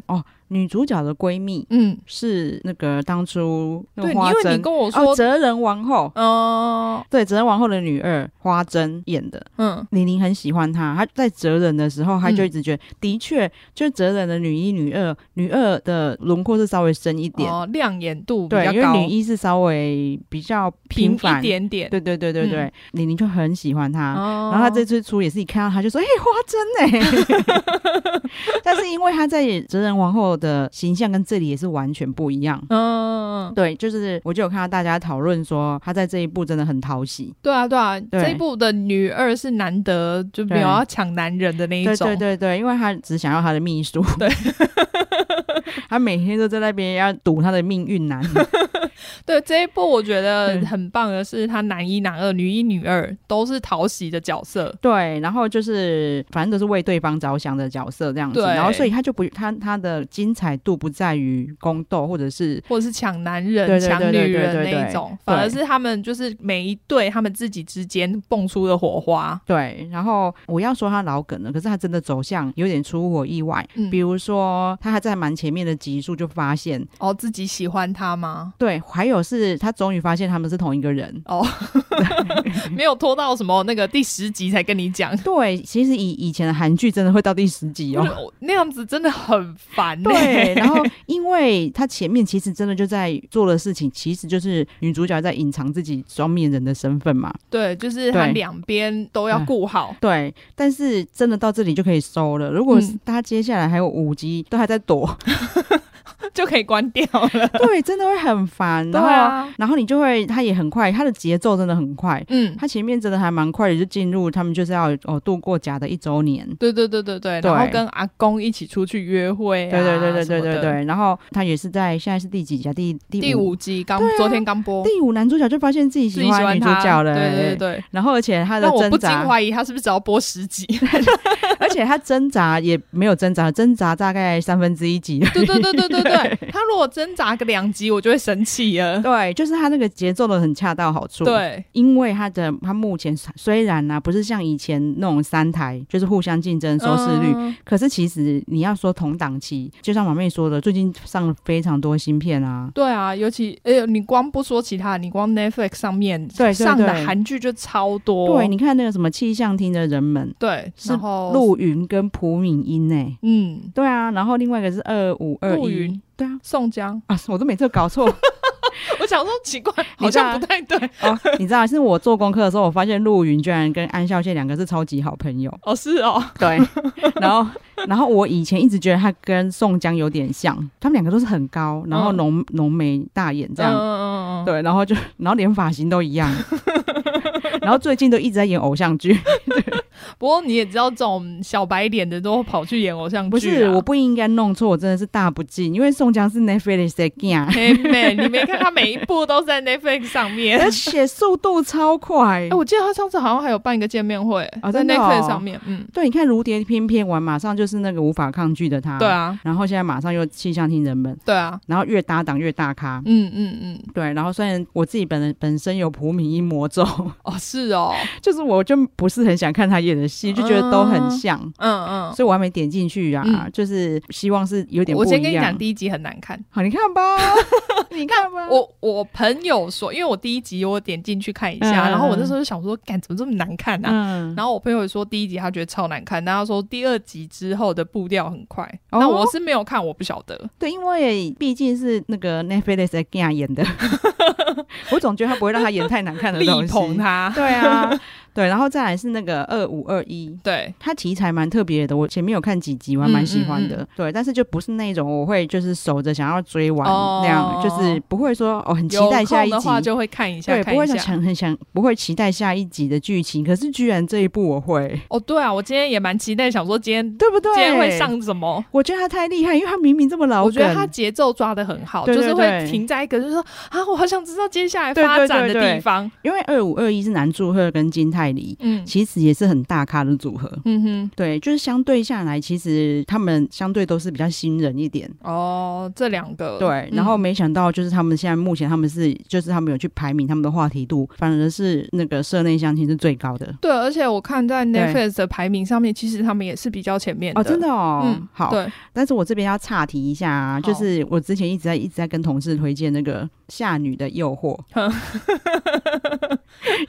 Speaker 2: 女主角的闺蜜
Speaker 1: 嗯，
Speaker 2: 是那个当初那个
Speaker 1: 对，因
Speaker 2: 花
Speaker 1: 为你
Speaker 2: 针
Speaker 1: 跟我
Speaker 2: 哦，
Speaker 1: 说，
Speaker 2: 哲人王后。
Speaker 1: 嗯
Speaker 2: 对，哲人王后的女二花真演的，
Speaker 1: 嗯，
Speaker 2: 玲玲很喜欢她。她在哲人的时候，她就
Speaker 1: 嗯
Speaker 2: 一直觉得，的确，就是哲人的女一、女二，女二的轮廓是稍微深一点，
Speaker 1: 哦，亮眼度比
Speaker 2: 对，
Speaker 1: 较
Speaker 2: 因为
Speaker 1: 高
Speaker 2: 女，一是稍微比较
Speaker 1: 平
Speaker 2: 平凡
Speaker 1: 一，点点。
Speaker 2: 对对对对对
Speaker 1: 嗯，
Speaker 2: 玲玲、就很喜欢她。
Speaker 1: 哦
Speaker 2: 然后她这次出也是一看到她就说：“哎、花真
Speaker 1: [laughs]
Speaker 2: 哎、但是因为她在哲人王后的形象跟这里也是完全不一样。
Speaker 1: 嗯，
Speaker 2: 对，就是我就有看到大家讨论说，她在这一部真的很讨喜。
Speaker 1: 对啊，对啊，这一部的女二是难得就没
Speaker 2: 对
Speaker 1: 有要抢男人的那一
Speaker 2: 对
Speaker 1: 种，
Speaker 2: 对对对，因为她只想要她的秘书， [laughs]
Speaker 1: 对，
Speaker 2: 她每天都在那边要赌她的命运啊男。
Speaker 1: [laughs] 对这一部我觉得
Speaker 2: 嗯
Speaker 1: 很棒的是，他男一、男二、女一、女二都是讨喜的角色，
Speaker 2: 对，然后就是反正都是为对方着想的角色这样子，
Speaker 1: 对
Speaker 2: 然后所以他就不他他的精彩度不在于宫斗或者是
Speaker 1: 或者是抢男人、
Speaker 2: 对对对
Speaker 1: 抢女
Speaker 2: 对对
Speaker 1: 人
Speaker 2: 对
Speaker 1: 那一
Speaker 2: 对
Speaker 1: 种，反而
Speaker 2: 对
Speaker 1: 是他们就是每一对他们自己之间蹦出的火花。
Speaker 2: 对，然后我要说他老梗了，可是他真的走向有点出乎我意外，
Speaker 1: 嗯
Speaker 2: 比如说他还在蛮前面的集数就发现，
Speaker 1: 哦，自己喜欢他吗？
Speaker 2: 对，还有是他终于发现他们是同一个人。
Speaker 1: 哦，
Speaker 2: 嗯
Speaker 1: 没有拖到什么那个第十集才跟你讲，
Speaker 2: 对，其实以以前的韩剧真的会到第十集
Speaker 1: 我
Speaker 2: 哦
Speaker 1: 觉。得我那样子真的很 [laughs] 烦、欸。
Speaker 2: 对，然后因为他前面其实真的就在做的事情，其实就是女主角在隐藏自己双面人的身份嘛。
Speaker 1: 对，就是他
Speaker 2: 对
Speaker 1: 两边都要
Speaker 2: [laughs]
Speaker 1: 顾好。
Speaker 2: 对，但是真的到这里就可以收了。如果是
Speaker 1: 嗯
Speaker 2: 他接下来还有五集都还在
Speaker 1: [laughs]
Speaker 2: 躲，
Speaker 1: 就可以关掉了。
Speaker 2: 对，真的会很烦。然后，
Speaker 1: 啊，
Speaker 2: 然后你就会，他也很快，他的节奏真的很快。
Speaker 1: 嗯，
Speaker 2: 他前面真的还蛮快的，就进入他们就是要哦度过假的一周年。
Speaker 1: 对对对对对，
Speaker 2: 对
Speaker 1: 然后跟阿公一起出去约会、啊，
Speaker 2: 对对对对对
Speaker 1: 什么
Speaker 2: 对
Speaker 1: 的。
Speaker 2: 对。然后他也是在现在是第几集啊？第第
Speaker 1: 第
Speaker 2: 五
Speaker 1: 五集刚、昨天刚播，
Speaker 2: 啊第五男主角就发现自己
Speaker 1: 自
Speaker 2: 喜
Speaker 1: 己喜
Speaker 2: 欢
Speaker 1: 欢
Speaker 2: 女主
Speaker 1: 他，
Speaker 2: 角了。欸
Speaker 1: 对对对对。
Speaker 2: 然后而且他的
Speaker 1: 让我
Speaker 2: 挣
Speaker 1: 不
Speaker 2: [laughs]
Speaker 1: 禁
Speaker 2: 扎，
Speaker 1: 怀疑他是不是只要播十集？
Speaker 2: 而且他挣扎也没有挣扎，挣扎大概三分之一集而已。
Speaker 1: [laughs] [laughs] 对对对对对对，他如果挣扎个两集，我就会生气了。
Speaker 2: 对，就是他那个节奏的很恰到好处。，
Speaker 1: [laughs] 对，
Speaker 2: 因为他的他目前虽然呢、不是像以前那种三台就是互相竞争收视率，
Speaker 1: 嗯
Speaker 2: 可是其实你要说同档期，就像马妹说的，最近上了非常多新片啊。
Speaker 1: 对啊，尤其哎呦，你光不说其他，你光 Netflix 上面
Speaker 2: 对对
Speaker 1: 上的
Speaker 2: 对
Speaker 1: 韩剧就超多。
Speaker 2: 对，你看那个什么气象厅的人们，
Speaker 1: 对，
Speaker 2: 是
Speaker 1: 然后
Speaker 2: 陆云跟朴敏英呢、
Speaker 1: 嗯，
Speaker 2: 对啊，然后另外一个是二五二
Speaker 1: 陆
Speaker 2: 一
Speaker 1: 云，
Speaker 2: 对啊，
Speaker 1: 宋江， [laughs]
Speaker 2: 啊，我都每次都搞错
Speaker 1: 我想说奇怪，
Speaker 2: 你
Speaker 1: 好
Speaker 2: 知道啊
Speaker 1: 像不太对。
Speaker 2: 哦。
Speaker 1: [laughs]
Speaker 2: 你知道，是我做功课的时候，我发现陆云居然跟安孝燮两个是超级好朋友。
Speaker 1: 哦，是哦，
Speaker 2: 对， [laughs] 然后然后我以前一直觉得他跟宋江有点像，他们两个都是很高，然后
Speaker 1: 嗯
Speaker 2: 浓浓眉大眼这样。
Speaker 1: 嗯嗯嗯嗯，
Speaker 2: 对，然后就，然后连发型都一样， [laughs] 然后最近都一直在演偶像
Speaker 1: [laughs]
Speaker 2: 剧。
Speaker 1: 不过你也知道，这种小白脸的都跑去演偶像剧、啊。
Speaker 2: 不是，我不应该弄错，我真的是大不敬，因为宋江是 Netflix 的 g a
Speaker 1: [laughs] [laughs] 嘿妹，你没看他每一部都在 Netflix 上面。
Speaker 2: 而且速度超快
Speaker 1: [laughs] 哎、。我记得他上次好像还有办一个见面会，
Speaker 2: 哦
Speaker 1: 在
Speaker 2: 真的哦
Speaker 1: Netflix 上面。嗯，
Speaker 2: 对，你看《如蝶翩翩》完，马上就是那个无法抗拒的他。
Speaker 1: 对。啊，
Speaker 2: 然后现在马上又气象听人们，
Speaker 1: 对啊，
Speaker 2: 然后越搭档越大咖。
Speaker 1: 嗯嗯嗯，
Speaker 2: 对，然后虽然我自己本人本身有朴敏英魔咒， [laughs]
Speaker 1: 哦，是哦，
Speaker 2: 就是我就不是很想看他演的戏，就觉得都很像，
Speaker 1: 嗯
Speaker 2: 所以我还没点进去啊。
Speaker 1: 嗯
Speaker 2: 就是希望是有
Speaker 1: 嗯。
Speaker 2: 点不
Speaker 1: 我
Speaker 2: 一样。
Speaker 1: 先跟你讲，第一集很难看。
Speaker 2: 好，你看
Speaker 1: [laughs]
Speaker 2: 吧，你看 [laughs] 吧，
Speaker 1: 我我朋友说，因为我第一集我点进去看一下，
Speaker 2: 嗯
Speaker 1: 然后我那时候就想说，干怎么这么难看啊？
Speaker 2: 嗯，
Speaker 1: 然后我朋友说第一集他觉得超难看，但他说第二集之后的步调很快。
Speaker 2: 哦
Speaker 1: 那我是没有看，我不晓得。
Speaker 2: 对，因为毕竟是那个 Netflix 的 g a 演的， [laughs] 我总觉得他不会让他演太难看的
Speaker 1: 力
Speaker 2: 东西。
Speaker 1: 捧他，
Speaker 2: 对啊，对，然后再来是那个二五二一。
Speaker 1: 对，
Speaker 2: 它题材蛮特别的，我前面有看几集，我还蛮喜欢的。
Speaker 1: 嗯
Speaker 2: 对，但是就不是那种我会就是守着想要追完、
Speaker 1: 哦
Speaker 2: 那样，就是不会说哦很期
Speaker 1: 有
Speaker 2: 待下
Speaker 1: 空
Speaker 2: 一
Speaker 1: 的话
Speaker 2: 集，
Speaker 1: 就会看一下，
Speaker 2: 对，
Speaker 1: 看
Speaker 2: 不会
Speaker 1: 一
Speaker 2: 想
Speaker 1: 下。
Speaker 2: 很想不会期待下一集的剧情。可是居然这一部我会，
Speaker 1: 哦，对啊，我今天也蛮期待，想说今天
Speaker 2: [laughs] 对不对？
Speaker 1: 今天会上什么。
Speaker 2: 我觉得他太厉害，因为他明明这么老
Speaker 1: 我觉得
Speaker 2: 梗
Speaker 1: 他节奏抓的很好，
Speaker 2: 对对
Speaker 1: 就是
Speaker 2: 对
Speaker 1: 会停在一个，就是说啊，我好想知道接下来发展的地方。
Speaker 2: 因为二五二一是南柱赫跟金泰梨，
Speaker 1: 嗯
Speaker 2: 其实也是很大咖的组合。
Speaker 1: 嗯
Speaker 2: 对，就是相对下来，其实他们相对都是比较新人一点。
Speaker 1: 哼，哦，这两个嗯
Speaker 2: 对，然后没想到就是他们现在目前他们是，就是他们有去排名他们的话题度，反而是那个社内相亲是最高的。
Speaker 1: 对，而且我看在
Speaker 2: 对
Speaker 1: Netflix 的排名上面，其实他们也是比较前面
Speaker 2: 哦，真的哦，
Speaker 1: 嗯，
Speaker 2: 好。
Speaker 1: 对，
Speaker 2: 但是我这边要岔题一下啊，
Speaker 1: 好
Speaker 2: 就是我之前一直在一直在跟同事推荐那个《夏女的诱
Speaker 1: [laughs]
Speaker 2: 惑》，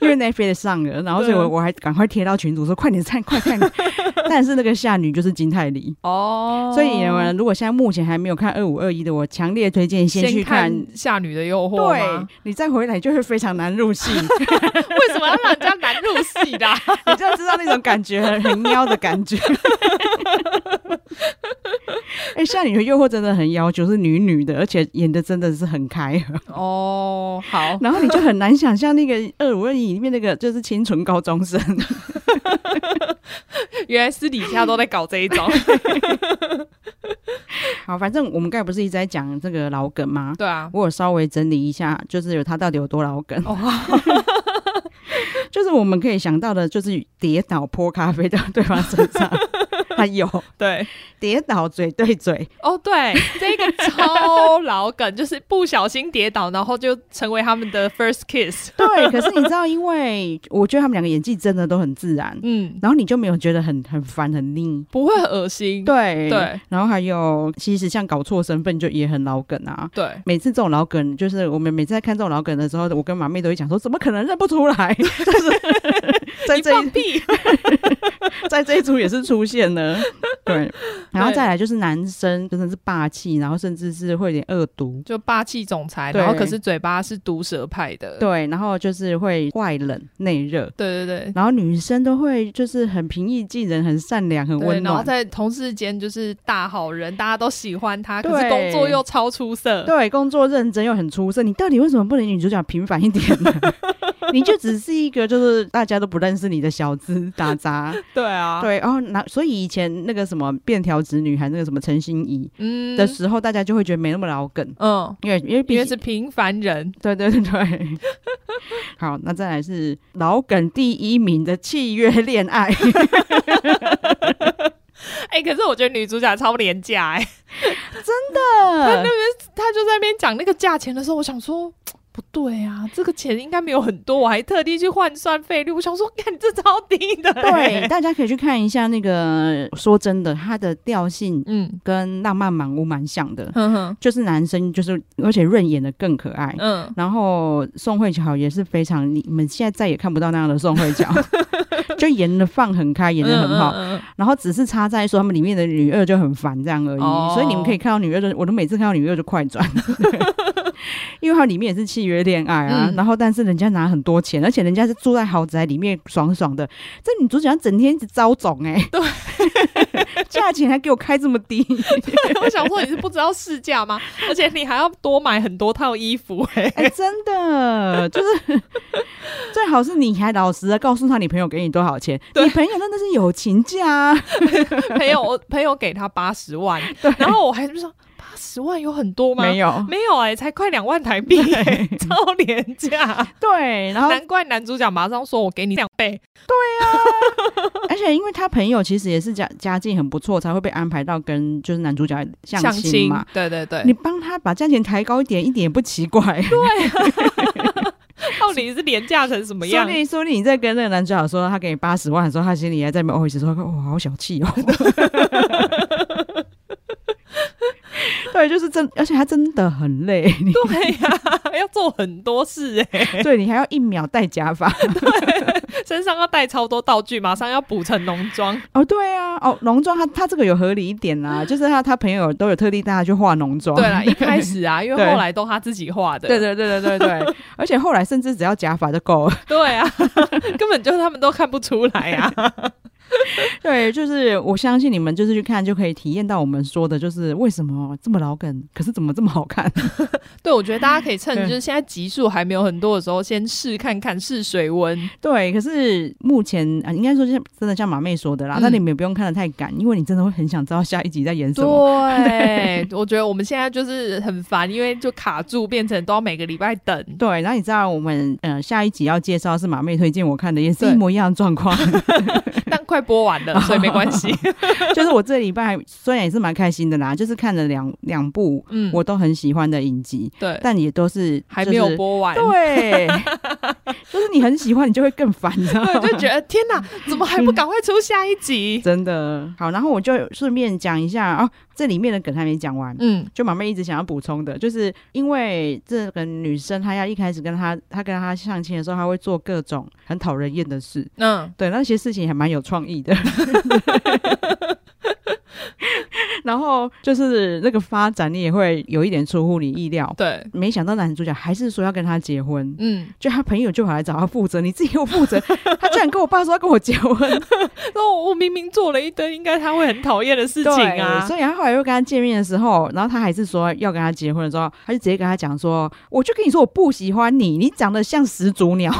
Speaker 2: 因为 Netflix 上了，然后所以我
Speaker 1: 对
Speaker 2: 我还赶快贴到群组说快点看，快看。
Speaker 1: [laughs]
Speaker 2: 但是那个夏女就是金泰梨，
Speaker 1: 哦，
Speaker 2: 所以呢，如果现在目前还没有看二五二一的，我强烈推荐先去
Speaker 1: 先看
Speaker 2: 看。
Speaker 1: 《夏女的诱惑》
Speaker 2: 对
Speaker 1: 吗？
Speaker 2: 你再回来就会非常难入
Speaker 1: [laughs]
Speaker 2: 戏，你
Speaker 1: 为什么要让人家难入戏的啊？
Speaker 2: [laughs] 就知道那种感觉很妖的感 [laughs] 觉。哎、夏女的诱惑真的很要求，是女女的，而且演的真的是很开。 [laughs]
Speaker 1: 哦，好，
Speaker 2: 然后你就很难想象那个二五二一里面那个就是清纯高中生，
Speaker 1: [laughs] 原来私底下都在搞这一招。
Speaker 2: [laughs] 好，反正我们刚才不是一直在讲这个老梗吗？[laughs]
Speaker 1: 对啊，
Speaker 2: 我有稍微整理一下，就是有他到底有多老梗， [laughs]
Speaker 1: 哦，
Speaker 2: 就是我们可以想到的，就是跌倒泼咖啡到对方身上， [laughs] 还有
Speaker 1: 对，
Speaker 2: 跌倒嘴对嘴，
Speaker 1: 哦，对， [laughs] 这个超老梗，就是不小心跌倒，然后就成为他们的 first kiss。
Speaker 2: 对。可是你知道，因为我觉得他们两个演技真的都很自然，
Speaker 1: 嗯，
Speaker 2: 然后你就没有觉得很很烦很腻，
Speaker 1: 不会很恶心。
Speaker 2: 对
Speaker 1: 对。
Speaker 2: 然后还有，其实像搞错身份就也很老梗啊，
Speaker 1: 对，
Speaker 2: 每次这种老梗，就是我们每次在看这种老梗的时候，我跟马妹都会讲说，怎么可能认不出
Speaker 1: [laughs]
Speaker 2: 来？就是在
Speaker 1: 你
Speaker 2: 这
Speaker 1: 放
Speaker 2: 一
Speaker 1: 屁。
Speaker 2: 在这一组也是出现了，对。然后再来就是男生真的是霸气，然后甚至是会有点恶毒，
Speaker 1: [laughs] 就霸气总裁，
Speaker 2: 对
Speaker 1: 然后可是嘴巴是毒舌派的。
Speaker 2: 对，然后就是会外冷内热。
Speaker 1: 对对对。
Speaker 2: 然后女生都会就是很平易近人，很善良，很
Speaker 1: 对，
Speaker 2: 温
Speaker 1: 然后
Speaker 2: 暖。
Speaker 1: 在同事间就是大好人，大家都喜欢他，可是
Speaker 2: 对
Speaker 1: 工作又超出色。
Speaker 2: 对，工作认真又很出色，你到底为什么不能女主角平凡一点呢？ [laughs] 你就只是一个就是大家都不认识你的小资打杂，
Speaker 1: 对 [laughs] 啊，
Speaker 2: 对，然后那所以以前那个什么便条纸女还那个什么陈心怡
Speaker 1: 嗯
Speaker 2: 的时候，大家就会觉得没那么老梗，
Speaker 1: 嗯，
Speaker 2: 因为因为毕
Speaker 1: 因为
Speaker 2: 竟
Speaker 1: 是平凡人，
Speaker 2: 对对对对。 [laughs] 好，那再来是
Speaker 1: [laughs]
Speaker 2: 老梗第一名的契约恋爱，
Speaker 1: [laughs] 哎、哎、可是我觉得女主角超廉价哎、嗯
Speaker 2: 呃
Speaker 1: 她就在那边讲那个价钱的时候，我想说。不对啊，这个钱应该没有很多，我还特地去换算费率。我想说，看这超低的、
Speaker 2: 对，，大家可以去看一下那个。说真的，它的调性
Speaker 1: [laughs] 嗯
Speaker 2: 跟《浪漫满屋》蛮像的，
Speaker 1: 哼哼，
Speaker 2: 就是男生就是，而且润演的更可爱。
Speaker 1: 嗯，
Speaker 2: 然后宋慧乔也是非常，你们现在再也看不到那样的宋慧
Speaker 1: [laughs]
Speaker 2: 乔，就演的放很开，演的很好。
Speaker 1: 嗯嗯嗯
Speaker 2: 然后只是差在说他们里面的女二就很烦这样而已，
Speaker 1: 哦
Speaker 2: 所以你们可以看到女二就，我都每次看到女二就快
Speaker 1: [laughs]
Speaker 2: 转，因为它里面也是契约恋爱啊，
Speaker 1: 嗯
Speaker 2: 然后但是人家拿很多钱，而且人家是住在豪宅里面爽爽的，这女主角整天一直招总
Speaker 1: [laughs]
Speaker 2: 哎、对， [laughs] 价钱还给我开这么低，
Speaker 1: 嗯 [laughs] 我想说你是不知道市价吗？而且你还要多买很多套
Speaker 2: [laughs]
Speaker 1: 衣服、哎，
Speaker 2: 哎、真的就是 [laughs] 最好是你还老实的告诉他你朋友给你多少钱，
Speaker 1: 对
Speaker 2: 你朋友真的是友情价、啊，
Speaker 1: 朋友我朋友给他八十万，然后我还就说八十万有很多吗？
Speaker 2: 没
Speaker 1: [laughs]
Speaker 2: 有
Speaker 1: 没有哎、才快两万台币、哎， [laughs] 超廉价。
Speaker 2: 对，然后
Speaker 1: 难怪男主角马上说：“我给你两倍。
Speaker 2: 而且因为他朋友其实也是家家境很不错，才会被安排到跟就是男主角”相
Speaker 1: 相
Speaker 2: 亲
Speaker 1: 亲
Speaker 2: 嘛。，
Speaker 1: 对对对，
Speaker 2: 你帮他把价钱抬高一点，一点也不奇怪。
Speaker 1: [laughs] 到底是廉价成什么
Speaker 2: 说
Speaker 1: 样？
Speaker 2: 不定说不定你在跟那个男主角说他给你八十万的时候，他心里还在那边 OS 说：“哇，好小气哦。” [laughs] 对，就是真，而且他真的很累。你
Speaker 1: 对呀、 [laughs] 要做很多事哎、
Speaker 2: 对你还要一秒戴假
Speaker 1: [laughs]
Speaker 2: 发
Speaker 1: 身上要带超多道具，马上要补成浓妆。
Speaker 2: 哦，对啊，哦，浓妆他他这个有合理一点
Speaker 1: [laughs]
Speaker 2: 啦、就是他他朋友都有特地带他去化浓妆。
Speaker 1: 对啦，一开始 [laughs] 啊，因为
Speaker 2: 对
Speaker 1: 后来都他自己画的。
Speaker 2: [laughs] 对对对对对
Speaker 1: [laughs]
Speaker 2: 对，而且后来甚至只要假发就够了。
Speaker 1: 对啊， [laughs] 根本就他们都看不出来啊。
Speaker 2: 对，就是我相信你们就是去看就可以体验到我们说的，就是为什么这么老梗，可是怎么这么好
Speaker 1: [laughs]
Speaker 2: 看？
Speaker 1: [laughs] 对，我觉得大家可以趁
Speaker 2: 对
Speaker 1: 就是现在集数还没有很多的时候，先试看看试水温。
Speaker 2: 对，可是目前啊、应该说像真的像马妹说的啦，
Speaker 1: 嗯
Speaker 2: 但你们也不用看得太赶，因为你真的会很想知道下一集在演什么。
Speaker 1: 对， [laughs] 我觉得我们现在就是很烦，因为就卡住，变成都要每个礼拜等。
Speaker 2: 对，然后你知道我们呃下一集要介绍是马妹推荐我看的，也是
Speaker 1: 对
Speaker 2: 一模一样的状况。
Speaker 1: 但快播完 [laughs] 了，所以没关系。 [laughs]
Speaker 2: 就是我这礼拜虽然也是蛮开心的啦，就是看了两两部
Speaker 1: [laughs] 嗯，
Speaker 2: 我都很喜欢的影集，
Speaker 1: 对，
Speaker 2: 但也都是
Speaker 1: 还
Speaker 2: 就
Speaker 1: 没有
Speaker 2: 是
Speaker 1: 播完。
Speaker 2: 对， [laughs] 就是你很喜欢，你就会更烦，你知道吗？
Speaker 1: [laughs] 对，就觉得天哪，怎么还不赶快出下一集？
Speaker 2: 真的好，然后我就顺便讲一下哦，这里面的梗还没讲完。
Speaker 1: 嗯
Speaker 2: 就马妹一直想要补充的，就是因为这个女生她要一开始跟她，她跟她相亲的时候，她会做各种很讨人厌的事，
Speaker 1: 嗯，
Speaker 2: 对那些事情还蛮有创意的。 [laughs] 然后就是那个发展，你也会有一点出乎你意料。
Speaker 1: 对，
Speaker 2: 没想到男主角还是说要跟她结婚，
Speaker 1: 嗯，
Speaker 2: 就他朋友就跑来找他负责，你自己给我负责。他居然跟我爸说要跟我结婚，
Speaker 1: 那我明明做了一堆应该他会很讨厌的事情啊。
Speaker 2: 所以他后来又跟他见面的时候，然后他还是说要跟他结婚的时候，他就直接跟他讲说：“我就跟你说我不喜欢你，你长得像始祖鸟。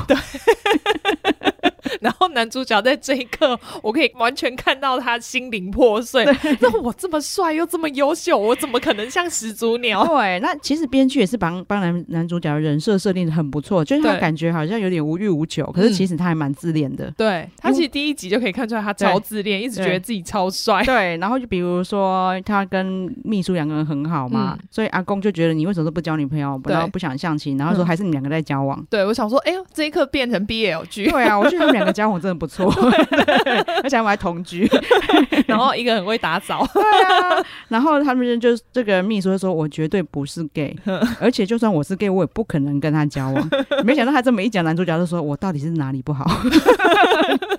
Speaker 1: 然后男主角在这一刻，我可以完全看到他心灵破 [laughs] 碎。那我这么帅又这么优秀，我怎么可能像始祖鸟？
Speaker 2: 对，那其实编剧也是帮帮男男主角的人设设定的很不错，就是他
Speaker 1: 对嗯
Speaker 2: 感觉好像有点无欲无求，可是其实他还蛮自恋的。
Speaker 1: [laughs] [laughs] 对他其实第一集就可以看出来，他超自恋，一直觉得自己超 [laughs] 帅。
Speaker 2: 对，然后就比如说他跟秘书两个人很好嘛，
Speaker 1: 嗯
Speaker 2: 所以阿公就觉得你为什么都不交女朋友，
Speaker 1: 对
Speaker 2: 然后不想相亲，然后说
Speaker 1: 嗯
Speaker 2: 还是你们两个在交
Speaker 1: [laughs]
Speaker 2: 往。
Speaker 1: 对我想说，哎呦，这一刻变成 BL 剧，
Speaker 2: 对啊，我觉得他们两个交往真的不错， [laughs] 而且他们还同居。
Speaker 1: 然后一个很会打扫，
Speaker 2: 对啊， [laughs] 然后他们就这个秘书就说：“我绝对不是
Speaker 1: [laughs]
Speaker 2: gay，而且就算我是 gay，我也不可能跟他交往。”没想到他这么一讲，男主角就说：“我到底是哪里不
Speaker 1: [laughs]
Speaker 2: 好？”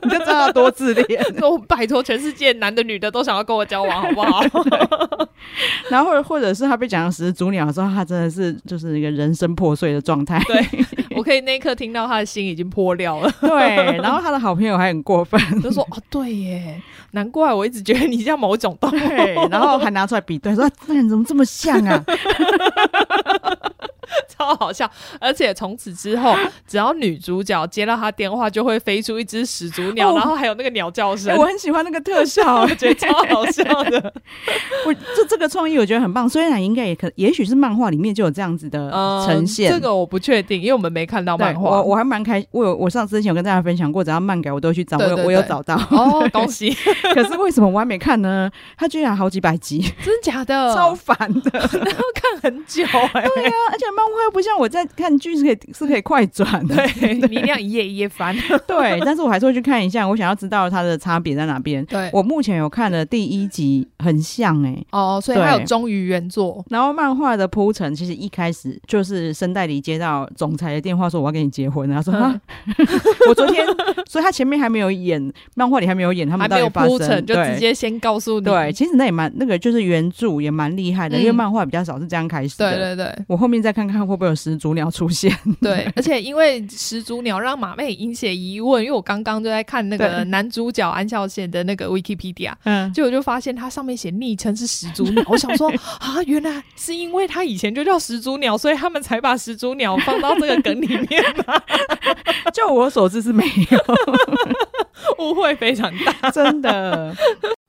Speaker 2: 你就知道他多自恋。
Speaker 1: 说拜托，全世界男的女的都想要跟我交往，好不好？
Speaker 2: 然后或者是他被讲成始祖鸟的时候，他真的是就是一个人生破碎的状态。
Speaker 1: [laughs] 我可以那一刻听到他的心已经破掉了，
Speaker 2: [laughs] 对，然后他的好朋友还很过分，
Speaker 1: [laughs] 就说哦，对耶，难怪我一直觉得你像某种
Speaker 2: [laughs]
Speaker 1: 动物。 [laughs]
Speaker 2: 对，然后还拿出来比对，说：“那人怎么这么像啊？”
Speaker 1: 超好笑。而且从此之后，只要女主角接到她电话，就会飞出一只始祖鸟，
Speaker 2: 哦
Speaker 1: 然后还有那个鸟叫声 [laughs]
Speaker 2: 哎，我很喜欢那个特效，啊
Speaker 1: 我觉得超好笑的。
Speaker 2: 我这这个创意我觉得很棒，虽然应该也可，也许是漫画里面就有这样子的
Speaker 1: [laughs] 嗯
Speaker 2: 呈现。
Speaker 1: 这个我不确定，因为我们没看到
Speaker 2: 对
Speaker 1: 漫
Speaker 2: 我
Speaker 1: 画。
Speaker 2: 我还蛮开，我有我上次之前有跟大家分享过，只要漫改我都去找，
Speaker 1: 对对
Speaker 2: 我有我有
Speaker 1: 对
Speaker 2: 找到。 [laughs]
Speaker 1: 哦，恭喜！
Speaker 2: 可是为什么我还没看呢？它居然好几百集，
Speaker 1: [laughs] 真假 [laughs] 的？
Speaker 2: 超烦的。
Speaker 1: 看很久哎、
Speaker 2: 嗯对 [laughs] 啊，而且漫画又不像我在看剧是可以是可以快转的。
Speaker 1: 对，你一定要一页一页翻。
Speaker 2: [laughs] 对，但是我还是会去看一下，我想要知道它的差别在哪边。
Speaker 1: [laughs] 对，
Speaker 2: 我目前有看了第一集，很像哎、
Speaker 1: 哦，所以
Speaker 2: 对
Speaker 1: 还有忠于原作。
Speaker 2: 然后漫画的铺陈，其实一开始就是申代理接到总裁的电话，说我要跟你结婚，然后说
Speaker 1: 嗯
Speaker 2: 啊， [laughs] 我昨天，所以他前面还没有演，漫画里还没有演，他
Speaker 1: 还
Speaker 2: 们到
Speaker 1: 没
Speaker 2: 底
Speaker 1: 有
Speaker 2: 发
Speaker 1: 铺
Speaker 2: 生，
Speaker 1: 陈，就直
Speaker 2: 对
Speaker 1: 接先告诉你。
Speaker 2: 对，其实那也蛮那个就是原著也蛮厉害的，因为
Speaker 1: 嗯
Speaker 2: 漫画比较少是这样开始的。
Speaker 1: 对对对
Speaker 2: 我后面再看看会不会有始祖鸟出现。
Speaker 1: [laughs] 对，而且因为始祖鸟让马妹引起疑问，因为我刚刚就在看那个
Speaker 2: 对
Speaker 1: 男主角安孝燮的那个 Wikipedia，
Speaker 2: 嗯，
Speaker 1: 结果就发现他上面写昵称是始祖鸟，我想 [laughs] 说啊，原来是因为他以前就叫始祖鸟，所以他们才把始祖鸟放到这个梗里 [laughs] 面，
Speaker 2: 就我所知是没
Speaker 1: [laughs]
Speaker 2: 有，
Speaker 1: 误会非常大。
Speaker 2: 真 [laughs] 的。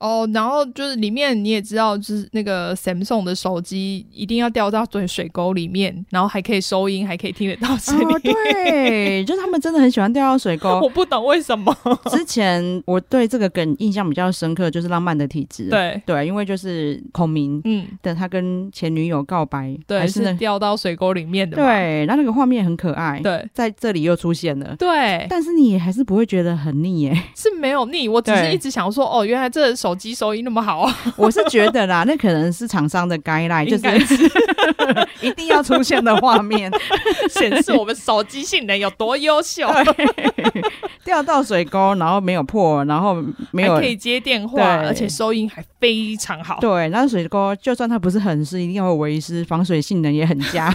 Speaker 1: 哦，然后就是里面你也知道，就是那个 Samsung 的手机一定要掉到水水沟里面，然后还可以收音，还可以听得到声音。
Speaker 2: 哦，对， [laughs] 就是他们真的很喜欢掉到水沟
Speaker 1: 我。不懂为什么。
Speaker 2: 之前我对这个梗印象比较深刻，就是《浪漫的体质》。
Speaker 1: 对，
Speaker 2: 对，因为就是孔明
Speaker 1: 嗯，
Speaker 2: 的他跟前女友告白，
Speaker 1: 对，
Speaker 2: 还是
Speaker 1: 是
Speaker 2: 那
Speaker 1: 掉到水沟里面的嘛。
Speaker 2: 对，那那个画面很可爱，，
Speaker 1: 对
Speaker 2: 在这里又出现了。
Speaker 1: 对，
Speaker 2: 但是你也还是不会觉得很腻
Speaker 1: [laughs]
Speaker 2: 耶，
Speaker 1: 是没有腻，我只是
Speaker 2: 对
Speaker 1: 一直想说，哦，原来这手机收音那么好啊，
Speaker 2: 我是觉得啦，那可能是厂商的 guideline，就
Speaker 1: 应该
Speaker 2: 是 [laughs] 一定要出现的画面，
Speaker 1: 显示我们手机性能有多优秀，
Speaker 2: 掉到水沟，然后没有破，然后没有
Speaker 1: 还可以接电话，
Speaker 2: 对
Speaker 1: 而且收音还非常好。
Speaker 2: 对，那水沟就算它不是很湿，一定要有维湿，防水性能也很
Speaker 1: [laughs]
Speaker 2: 佳。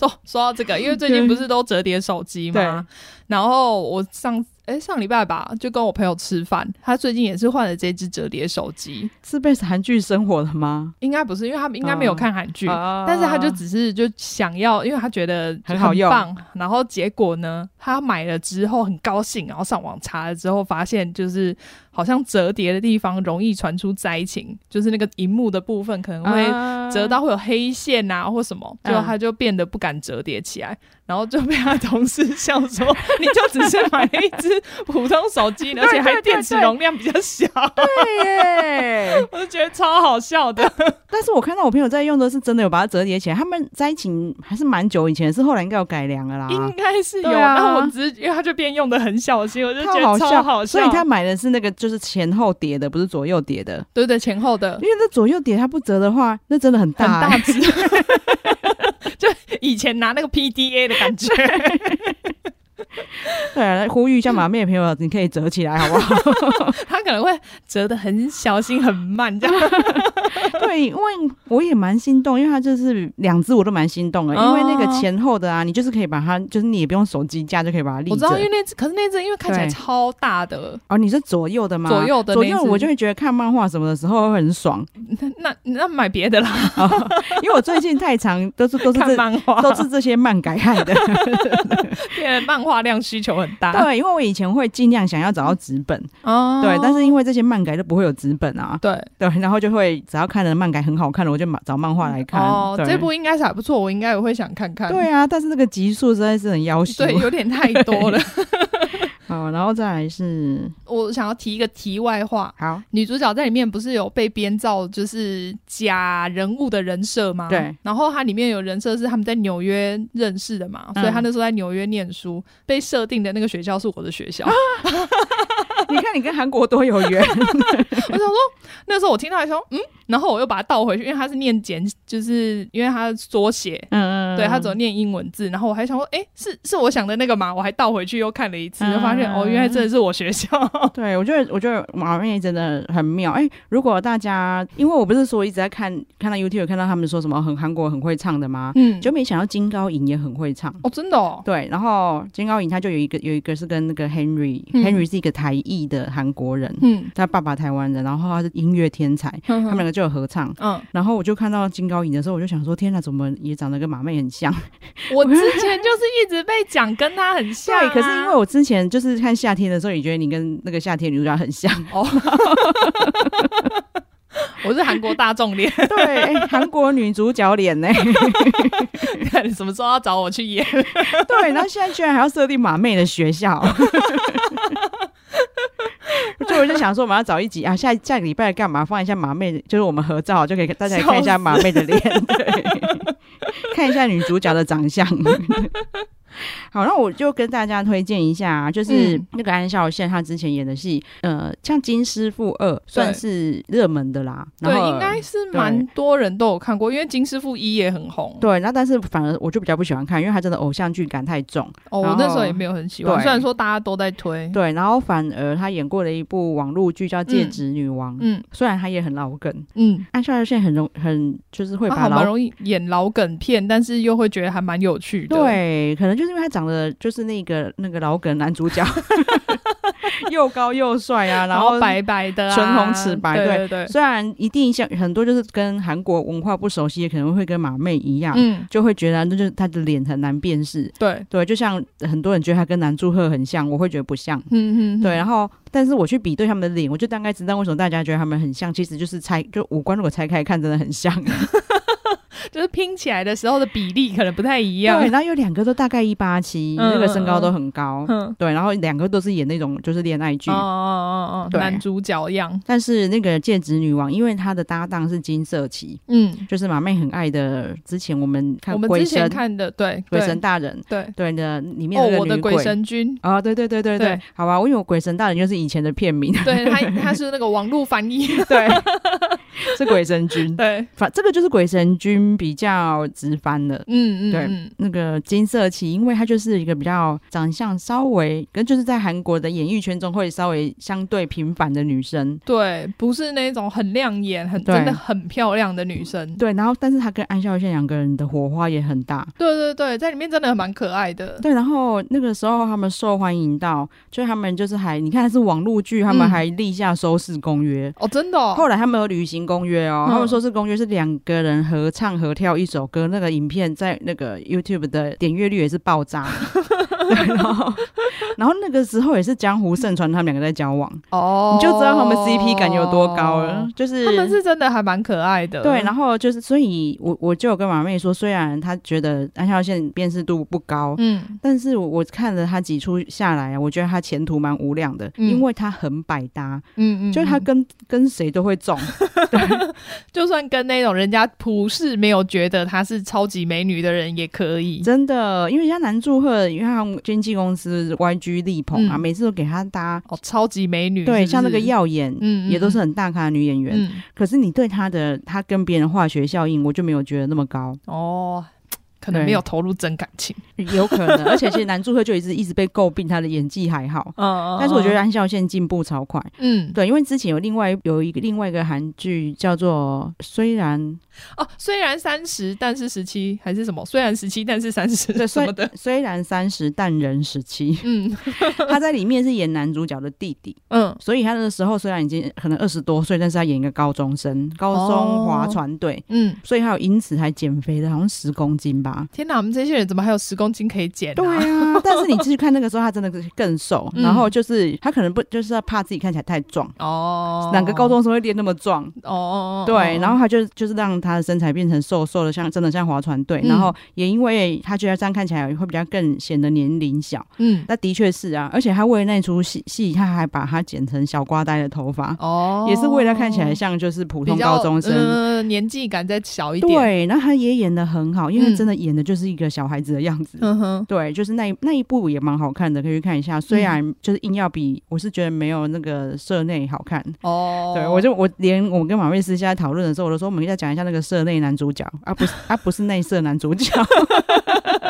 Speaker 1: 哦，说到这个，因为最近不是都折叠手机吗？然后我上哎上礼拜吧，就跟我朋友吃饭，他最近也是换了这只折叠手机，
Speaker 2: 是被韩剧生活的吗？
Speaker 1: 应该不是，因为他们应该没有看韩剧。
Speaker 2: 啊
Speaker 1: 但是他就只是就想要，因为他觉得
Speaker 2: 很好用
Speaker 1: 棒，然后结果呢，他买了之后很高兴，然后上网查了之后发现，就是好像折叠的地方容易传出灾情，就是那个荧幕的部分可能会
Speaker 2: 啊
Speaker 1: 折到会有黑线啊或什么，
Speaker 2: 嗯
Speaker 1: 就他就变得不敢折叠起来，然后就被他同事笑说：“
Speaker 2: [laughs]
Speaker 1: 你就只是买了一只普通手机，而且还电池容量比较小。
Speaker 2: [laughs] 对耶。”
Speaker 1: 我就觉得超好笑的。
Speaker 2: 但是我看到我朋友在用的是真的有把它折叠起来，他们在一起还是蛮久以前，是后来应该有改良了啦。
Speaker 1: 应该是有，
Speaker 2: 对啊
Speaker 1: 然后我只是因为他就变用的很小心，我就觉
Speaker 2: 太
Speaker 1: 得
Speaker 2: 好
Speaker 1: 超
Speaker 2: 笑，
Speaker 1: 好
Speaker 2: 所以他买的是那个就是前后叠的，不是左右叠的。
Speaker 1: 对对前后的
Speaker 2: 因为那左右叠它不折的话，那真的很
Speaker 1: 很
Speaker 2: 大、欸
Speaker 1: 大只， [laughs] 就以前拿那个 PDA 的感
Speaker 2: [laughs]
Speaker 1: 觉。
Speaker 2: 对啊，呼吁一下马妹的朋友，你可以折起来好
Speaker 1: [laughs]
Speaker 2: 不好？
Speaker 1: 他可能会折的很小心很慢这样。
Speaker 2: 对，因为我也蛮心动，因为它就是两只我都蛮心动的，
Speaker 1: 哦
Speaker 2: 因为那个前后的啊，你就是可以把它，就是你也不用手机架就可以把它立
Speaker 1: 我知道，因为
Speaker 2: 着。
Speaker 1: 那只可是那只因为看起来
Speaker 2: 对
Speaker 1: 超大的，
Speaker 2: 哦，你是左右的吗？
Speaker 1: 左右的
Speaker 2: 左
Speaker 1: 那一只
Speaker 2: 右，我就会觉得看漫画什么的时候会很爽，
Speaker 1: 那那买别的啦，
Speaker 2: [laughs] 因为我最近太长都是都是
Speaker 1: 看
Speaker 2: 这
Speaker 1: 漫画，
Speaker 2: 都
Speaker 1: [laughs]
Speaker 2: 是这些漫改害的。
Speaker 1: 变得漫画量需求很大。
Speaker 2: 对，因为我以前会尽量想要找到纸本，
Speaker 1: 哦
Speaker 2: 对，但是因为这些漫改都不会有纸本啊，
Speaker 1: 对
Speaker 2: 对，然后就会只要看了漫改很好看的，我就买找漫画来看。
Speaker 1: 哦，
Speaker 2: 对
Speaker 1: 这部应该是还不错，我应该也会想看看。
Speaker 2: 对啊，但是那个集数实在是很要求。
Speaker 1: [laughs] 对，有点太多了。 [laughs]
Speaker 2: 好，然后再来是
Speaker 1: 我想要提一个题外话， [laughs]
Speaker 2: 好，
Speaker 1: 女主角在里面不是有被编造就是假人物的人设吗？
Speaker 2: 对。
Speaker 1: 然后它里面有人设是他们在纽约认识的嘛，
Speaker 2: 嗯
Speaker 1: 所以她那时候在纽约念书，被设定的那个学校是我的学校。
Speaker 2: [laughs] 你看你跟韩国多有
Speaker 1: [laughs]
Speaker 2: 缘，
Speaker 1: 我想说，那时候我听到还说嗯，然后我又把它倒回去，因为他是念简，就是因为他缩写。
Speaker 2: 嗯嗯
Speaker 1: 对他只有念英文字，然后我还想说，诶，是是我想的那个吗？我还倒回去又看了一次，就发现、
Speaker 2: 嗯
Speaker 1: 哦，原来真的是我学校。
Speaker 2: 对，我觉得我觉得马妹真的很妙。哎、如果大家，因为我不是说一直在看看到 YouTube 看到他们说什么很韩国很会唱的吗？
Speaker 1: 嗯，
Speaker 2: 就没想到金高银也很会唱。
Speaker 1: [laughs] 哦，真的哦，
Speaker 2: 对，然后金高银他就有一个有一个是跟那个 Henry，Henry、
Speaker 1: 嗯
Speaker 2: Henry 是一个台裔的韩国人，
Speaker 1: 嗯，
Speaker 2: 他爸爸台湾人，然后他是音乐天才，
Speaker 1: 他
Speaker 2: 他们两个就有合唱。
Speaker 1: 嗯，
Speaker 2: 然后我就看到金高银的时候，我就想说：天哪，怎么也长得跟马妹很
Speaker 1: [laughs]
Speaker 2: 像？
Speaker 1: 我之前就是一直被讲跟他很像、啊
Speaker 2: 对，可是因为我之前就是看夏天的时候，也觉得你跟那个夏天女主角很
Speaker 1: [laughs]
Speaker 2: 像。
Speaker 1: 我是韩国大众 [laughs] 脸，
Speaker 2: [laughs] 对，哎韩国女主角脸呢、
Speaker 1: 看你什么时候要找我去演？
Speaker 2: 对，然后现在居然还要设定马妹的学校， [laughs] 所以我就想说，我们要找一集啊，下下个礼拜干嘛？放一下马妹，就是我们合照，就可以大家看一下马妹的脸，对， [laughs] 看一下女主角的长相。 [laughs] 好，那我就跟大家推荐一下、啊，就是
Speaker 1: 嗯
Speaker 2: 那个安孝燮她之前演的戏，呃，像《金师傅二》算是热门的啦， [laughs] 然
Speaker 1: 对，
Speaker 2: 后
Speaker 1: 应该是蛮多人都有看过，因为金师傅一也很红。
Speaker 2: 对，那但是反而我就比较不喜欢看，因为她真的偶像剧感太重。
Speaker 1: 哦，
Speaker 2: 然后
Speaker 1: 我那时候也没有很喜欢，
Speaker 2: 对
Speaker 1: 虽然说大家都在推。
Speaker 2: 对，然后反而他演过了一部网络剧叫《戒指女王》，
Speaker 1: 嗯
Speaker 2: 虽然他也很老梗，
Speaker 1: 嗯，
Speaker 2: 安孝现在很容很就是会
Speaker 1: 他
Speaker 2: 把
Speaker 1: 好蛮
Speaker 2: 老。
Speaker 1: 容易演老梗片，但是又会觉得还蛮有趣的。，
Speaker 2: 对，可能就是因为他长得就是那个那个老梗男主
Speaker 1: [laughs]
Speaker 2: 角， [laughs] 又高又帅啊，
Speaker 1: 然
Speaker 2: 后
Speaker 1: 后白白的、啊，
Speaker 2: 唇红齿白
Speaker 1: 对
Speaker 2: 对
Speaker 1: 对对，
Speaker 2: 虽然一定像很多就是跟韩国文化不熟悉，也可能会跟马妹一样，
Speaker 1: 嗯，
Speaker 2: 就会觉得那就是他的脸很难辨识。
Speaker 1: 对，
Speaker 2: 对，就像很多人觉得他跟南柱赫很像，我会觉得不像。
Speaker 1: 嗯嗯，嗯
Speaker 2: 对，，然啊后但是我去比对他们的脸，我就大概知道为什么大家觉得他们很像，其实就是拆，就五官如果拆开看，真的很 [laughs] 像。
Speaker 1: 就是拼起来的时候的比例可能不太
Speaker 2: 对，
Speaker 1: 一样。
Speaker 2: 然后有两个都大概一八七，
Speaker 1: 嗯
Speaker 2: 那个身高都很高。
Speaker 1: 嗯，
Speaker 2: 对，然后两个都是演那种就是恋爱剧。
Speaker 1: 哦哦哦哦哦，
Speaker 2: 对
Speaker 1: 男主角样，
Speaker 2: 但是那个戒指女王，因为她的搭档是金色旗，
Speaker 1: 嗯，
Speaker 2: 就是马妹很爱的。之前我们看
Speaker 1: 我们
Speaker 2: 鬼
Speaker 1: 之前
Speaker 2: 神，
Speaker 1: 看的，对
Speaker 2: 鬼
Speaker 1: 对
Speaker 2: 神大人，
Speaker 1: 对，
Speaker 2: 对的，里面
Speaker 1: 哦，
Speaker 2: 那
Speaker 1: 我
Speaker 2: 个
Speaker 1: 的
Speaker 2: 女
Speaker 1: 鬼
Speaker 2: 鬼。
Speaker 1: 神君，
Speaker 2: 啊、对对对对对，
Speaker 1: 对
Speaker 2: 好吧，我因为我鬼神大人就是以前的片名，
Speaker 1: [laughs]
Speaker 2: [laughs]
Speaker 1: 对他他是那个网络翻译， [laughs]
Speaker 2: 对，是鬼神君，
Speaker 1: 对，
Speaker 2: 反这个就是鬼神君比较直翻了。
Speaker 1: 嗯嗯，
Speaker 2: 对
Speaker 1: 嗯
Speaker 2: 那个金色旗，因为它就是一个比较长相稍微跟就是在韩国的演艺圈中会稍微相对平凡的女生，
Speaker 1: 对，不是那种很亮眼、很
Speaker 2: 对
Speaker 1: 真的很漂亮的女生。
Speaker 2: 对，然后但是她跟安孝燮两个人的火花也很大，
Speaker 1: 对对对，在里面真的蛮可爱的。
Speaker 2: 对，然后那个时候他们受欢迎到，就是他们就是还你看是网络剧，他们
Speaker 1: 嗯
Speaker 2: 还立下收视公约。
Speaker 1: 哦，真的哦，
Speaker 2: 后来他们有履行公约哦，
Speaker 1: 嗯
Speaker 2: 他们说是公约是两个人合唱合跳一首歌，那个影片在那个 YouTube 的点阅率也是爆炸。 [laughs] 对然后，然后那个时候也是江湖盛传他们两个在交往，
Speaker 1: 哦
Speaker 2: 你就知道他们 CP 感有多高了。。就是
Speaker 1: 他们是真的还蛮可爱的。
Speaker 2: 对，然后就是，所以我我就有跟马妹说，虽然她觉得安孝燮辨识度不高，
Speaker 1: 嗯，
Speaker 2: 但是我我看了她几出下来啊，我觉得她前途蛮无量的，
Speaker 1: 嗯
Speaker 2: 因为她很百搭，
Speaker 1: 嗯嗯嗯，
Speaker 2: 就是她跟跟谁都会中。
Speaker 1: 就算跟那种人家普世没有觉得她是超级美女的人也可以。
Speaker 2: 真的，因为人家男祝贺，因为他们经纪公司 YG 力捧啊，
Speaker 1: 嗯
Speaker 2: 每次都给他搭，
Speaker 1: 哦，超级美女，
Speaker 2: 对，
Speaker 1: 是不是
Speaker 2: 像那个，耀眼。
Speaker 1: 嗯，嗯
Speaker 2: 也都是很大咖的女演员，
Speaker 1: 嗯，
Speaker 2: 可是你对她的她跟别人化学效应，我就没有觉得那么高，
Speaker 1: 哦，可能
Speaker 2: 对
Speaker 1: 没有投入真感情。
Speaker 2: 有可
Speaker 1: [laughs]
Speaker 2: 能。而且其实男祝贺就一直一直被诟病她的演技还好，
Speaker 1: 嗯，嗯
Speaker 2: 但是我觉得，安孝燮进步超快。
Speaker 1: 嗯，
Speaker 2: 对，因为之前有另外有一个另外一个韩剧叫做《虽然
Speaker 1: 哦，虽然三十，但是十七还是什么？虽然十七，但是三十
Speaker 2: 对
Speaker 1: 什
Speaker 2: 虽
Speaker 1: 么的。，
Speaker 2: 虽然三十但人十七》
Speaker 1: 嗯
Speaker 2: 他在里面是演男主角的弟弟，
Speaker 1: 嗯，
Speaker 2: 所以他那个时候虽然已经可能二十多岁，但是他演一个高中生，高中划船队，
Speaker 1: 嗯，
Speaker 2: 所以他有因此还减肥了，好像十公斤吧。
Speaker 1: 天哪，我们这些人怎么还有十公斤可以减、啊？
Speaker 2: 对啊，但是你去看那个时候，他真的是更瘦，
Speaker 1: 嗯
Speaker 2: 然后就是他可能不就是他怕自己看起来太壮，
Speaker 1: 哦，
Speaker 2: 两个高中生会练那么壮。
Speaker 1: 哦哦哦，
Speaker 2: 对，然后
Speaker 1: 后
Speaker 2: 他就就是让他的身材变成瘦瘦的，像真的像划船队，
Speaker 1: 嗯
Speaker 2: 然后也因为他觉得这样看起来会比较更显得年龄小，
Speaker 1: 嗯，
Speaker 2: 那的确是啊，而且他为了那出戏戏，他还把他剪成小瓜呆的头发，
Speaker 1: 哦，
Speaker 2: 也是为了看起来像就是普
Speaker 1: 普
Speaker 2: 通高中生。
Speaker 1: 呃、年纪感再小一点。
Speaker 2: 对，那他也演的很好，因为真的演的就是一个小孩子的样子。
Speaker 1: 嗯哼，
Speaker 2: 对，就是那一那一部也蛮好看的，可以去看一下。虽然就是硬要比，我是觉得没有那个社内好看。
Speaker 1: 哦，
Speaker 2: 对，我就我连我跟马瑞斯现在讨论的时候，我都说我们要讲一下那个社内男主角，而、啊、不是啊不是内社男主 [laughs] 角。
Speaker 1: [laughs]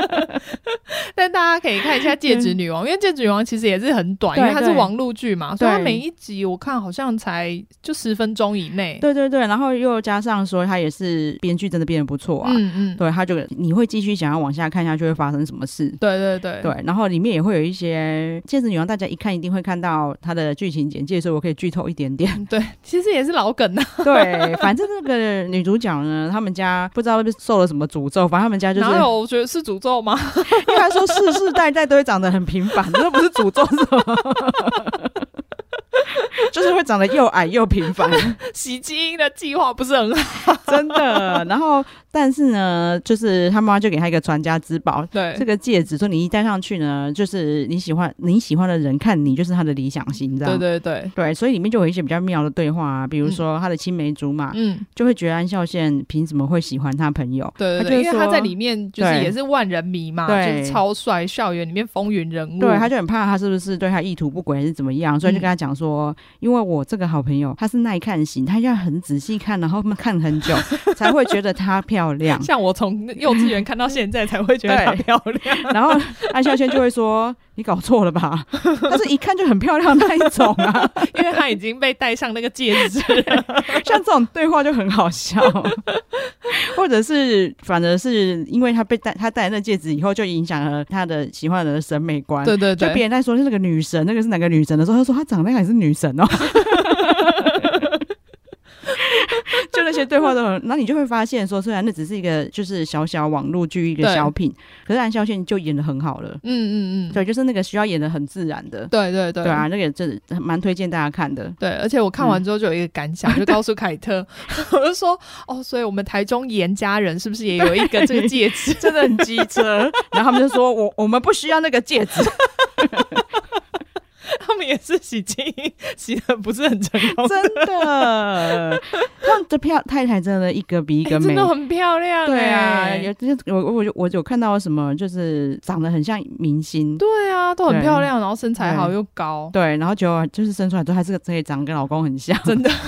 Speaker 1: 但大家可以看一下《戒指女
Speaker 2: [laughs]
Speaker 1: 王》，因为《戒指女王》其实也是很短，因为它是
Speaker 2: 对对
Speaker 1: 网络剧嘛，所以它
Speaker 2: 对
Speaker 1: 每一集我看好像才就十分钟以内。
Speaker 2: 对对对，然后又加上说他也是编剧，真的变得不错啊。
Speaker 1: 嗯嗯，
Speaker 2: 对，他就你会继续想要往下看下去会发生什么事。
Speaker 1: 对对对
Speaker 2: 对，然后里面也会有一些《戒指女王》，大家一看一定会看到它的剧情简介，所以我可以剧透一点
Speaker 1: [laughs]
Speaker 2: 点。
Speaker 1: 嗯对，其实也是老梗啊，
Speaker 2: 对，反正那个女主角呢，他们家不知道被受了什么诅咒，反正他们家就是，
Speaker 1: 哪有？我觉得是诅咒吗？
Speaker 2: [laughs]
Speaker 1: [laughs]
Speaker 2: 因为她说世世代代都会长得很平凡，那不是诅咒是什么？ [laughs] 就是会长得又矮又平凡，
Speaker 1: 洗基因的计划不是
Speaker 2: [laughs]
Speaker 1: 很好。
Speaker 2: 真的。然后，但是呢，就是他妈妈就给她一个传家之宝，
Speaker 1: 对
Speaker 2: 这个戒指，说你一戴上去呢，就是你喜欢你喜欢的人看你，就是他的理想型，这样。
Speaker 1: 对对对，
Speaker 2: 对，所以里面就有一些比较妙的对话啊，比如说他的青梅竹马、
Speaker 1: 嗯，
Speaker 2: 就会觉得安孝燮凭什么会喜欢他朋友？
Speaker 1: 对对
Speaker 2: 他就
Speaker 1: 对，
Speaker 2: 是
Speaker 1: 因为他
Speaker 2: 说
Speaker 1: 在里面就是
Speaker 2: 对
Speaker 1: 也是万人迷嘛，就
Speaker 2: 对
Speaker 1: 是超帅，校园里面风云人物。
Speaker 2: 对，他就很怕他是不是对他意图不轨还是怎么样，
Speaker 1: 嗯
Speaker 2: 所以就跟他讲说，因为我这个好朋友她是耐看型，她要很仔细看，然后看很
Speaker 1: [laughs]
Speaker 2: 久才会觉得她漂亮。
Speaker 1: 像我从幼稚园看到现在才会觉得
Speaker 2: [laughs]
Speaker 1: 她
Speaker 2: 对
Speaker 1: 漂亮。
Speaker 2: 然后安孝燮就会说：“你搞错了吧？ [laughs] 但是一看就很漂亮那一种啊。”
Speaker 1: 因为他已经被戴上那个戒指
Speaker 2: [laughs]
Speaker 1: 了。 [laughs]
Speaker 2: 像这种对话就很好笑，或者是反而是因为他被戴他戴了那戒指以后，就影响了他的喜欢的人的审美观。
Speaker 1: 对对
Speaker 2: 就别
Speaker 1: 对，
Speaker 2: 人在说是那个女神，那个是哪个女神的时候，他说他长得还是女神
Speaker 1: [laughs]
Speaker 2: 哦。就那些对话都很，那你就会发现说，虽然那只是一个就是小小网络剧一个
Speaker 1: 对
Speaker 2: 小品，可是安孝燮就演的很好了。
Speaker 1: 嗯嗯嗯，
Speaker 2: 对，就是那个需要演的很自然的。
Speaker 1: 对对对
Speaker 2: 对啊，那个真的蛮推荐大家看的。
Speaker 1: 对，而且我看完之后就有一个感
Speaker 2: 嗯
Speaker 1: 想，就告诉凯特， [laughs] 我就说哦，所以我们台中严家人是不是也有一个这个戒指？
Speaker 2: [laughs]
Speaker 1: [laughs]
Speaker 2: 真的很机车。然后他们就说：“我我们不需要那个戒
Speaker 1: [laughs]
Speaker 2: 指，
Speaker 1: 他们也是洗基因洗的不是很成 [laughs] 功，
Speaker 2: 真的。”他们的漂太太真的一个比一个
Speaker 1: 哎
Speaker 2: 美。
Speaker 1: 真的很漂亮、
Speaker 2: 对啊，
Speaker 1: 哎
Speaker 2: 有就是我我有我有看到什么，就是长得很像明星，
Speaker 1: 对啊，都很
Speaker 2: 对
Speaker 1: 漂亮，然后身材好
Speaker 2: 对
Speaker 1: 又高，
Speaker 2: 对，然后结果就是生出来之后，还是个真的长得跟老公很像，
Speaker 1: 真的
Speaker 2: [laughs]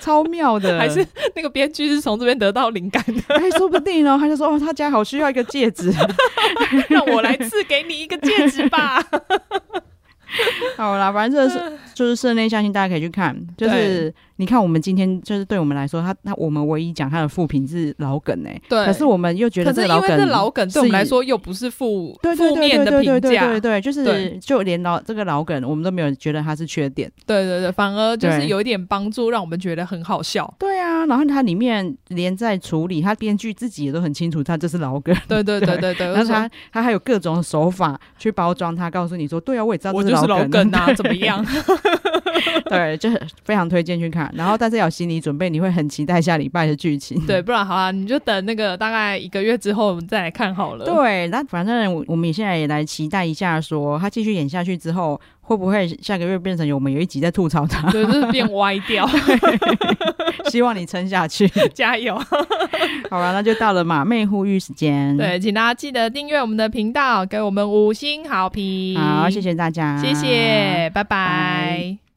Speaker 2: 超妙的。
Speaker 1: [laughs] 还是那个编剧是从这边得到灵感 [laughs] 的，
Speaker 2: 哎，说不定哦，他就说哦，他家好需要一个戒指。
Speaker 1: 让我来赐给你一个戒指吧。
Speaker 2: 好啦，反正这是就是室内相亲，大家可以去看。就是你看，我们今天就是对我们来说，他他我们唯一讲他的副评是老梗哎、
Speaker 1: [laughs] 对
Speaker 2: 可是我们又觉得
Speaker 1: 可
Speaker 2: 这
Speaker 1: 是
Speaker 2: 个老
Speaker 1: 因为
Speaker 2: 梗，
Speaker 1: 这老梗对我们
Speaker 2: 是
Speaker 1: 来说又不是负
Speaker 2: 对对
Speaker 1: 负
Speaker 2: 对
Speaker 1: 面
Speaker 2: 对
Speaker 1: 的
Speaker 2: 对
Speaker 1: 评
Speaker 2: 对对
Speaker 1: 价
Speaker 2: 对，对，就是
Speaker 1: 对
Speaker 2: 就连老这个老梗，我们都没有觉得它是缺点。
Speaker 1: 对对对，反而就是
Speaker 2: 对
Speaker 1: 有一点帮助，让我们觉得很好笑。
Speaker 2: 对啊，然后它里面连在处理，它编剧自己也都很清楚，它这是老梗。
Speaker 1: 对对对对对，
Speaker 2: 然
Speaker 1: 我
Speaker 2: 后
Speaker 1: 说
Speaker 2: 他他还有各种手法去包装它，告诉你说，对啊，我也知道
Speaker 1: 我
Speaker 2: 这
Speaker 1: 就是老
Speaker 2: 梗，
Speaker 1: 梗啊，怎么 [laughs] 样？
Speaker 2: 对，就是非常推荐去看。然后但是要有心理准备，你会很期待下礼拜的剧情。
Speaker 1: 对，不然好啊，你就等那个大概一个月之后我们再来看好了。
Speaker 2: 对，那反正我我们也现在也来期待一下说他继续演下去之后，会不会下个月变成有我们有一集在吐槽
Speaker 1: [laughs]
Speaker 2: 他？
Speaker 1: 对，就是变歪 [laughs] 掉，
Speaker 2: 希望你撑下去。
Speaker 1: 加油！
Speaker 2: 好了，那就到了马妹呼吁时间。，
Speaker 1: 对，请大家记得订阅我们的频道，给我们五星好评。
Speaker 2: 好，谢，谢大家，
Speaker 1: 谢谢，拜拜。
Speaker 2: 拜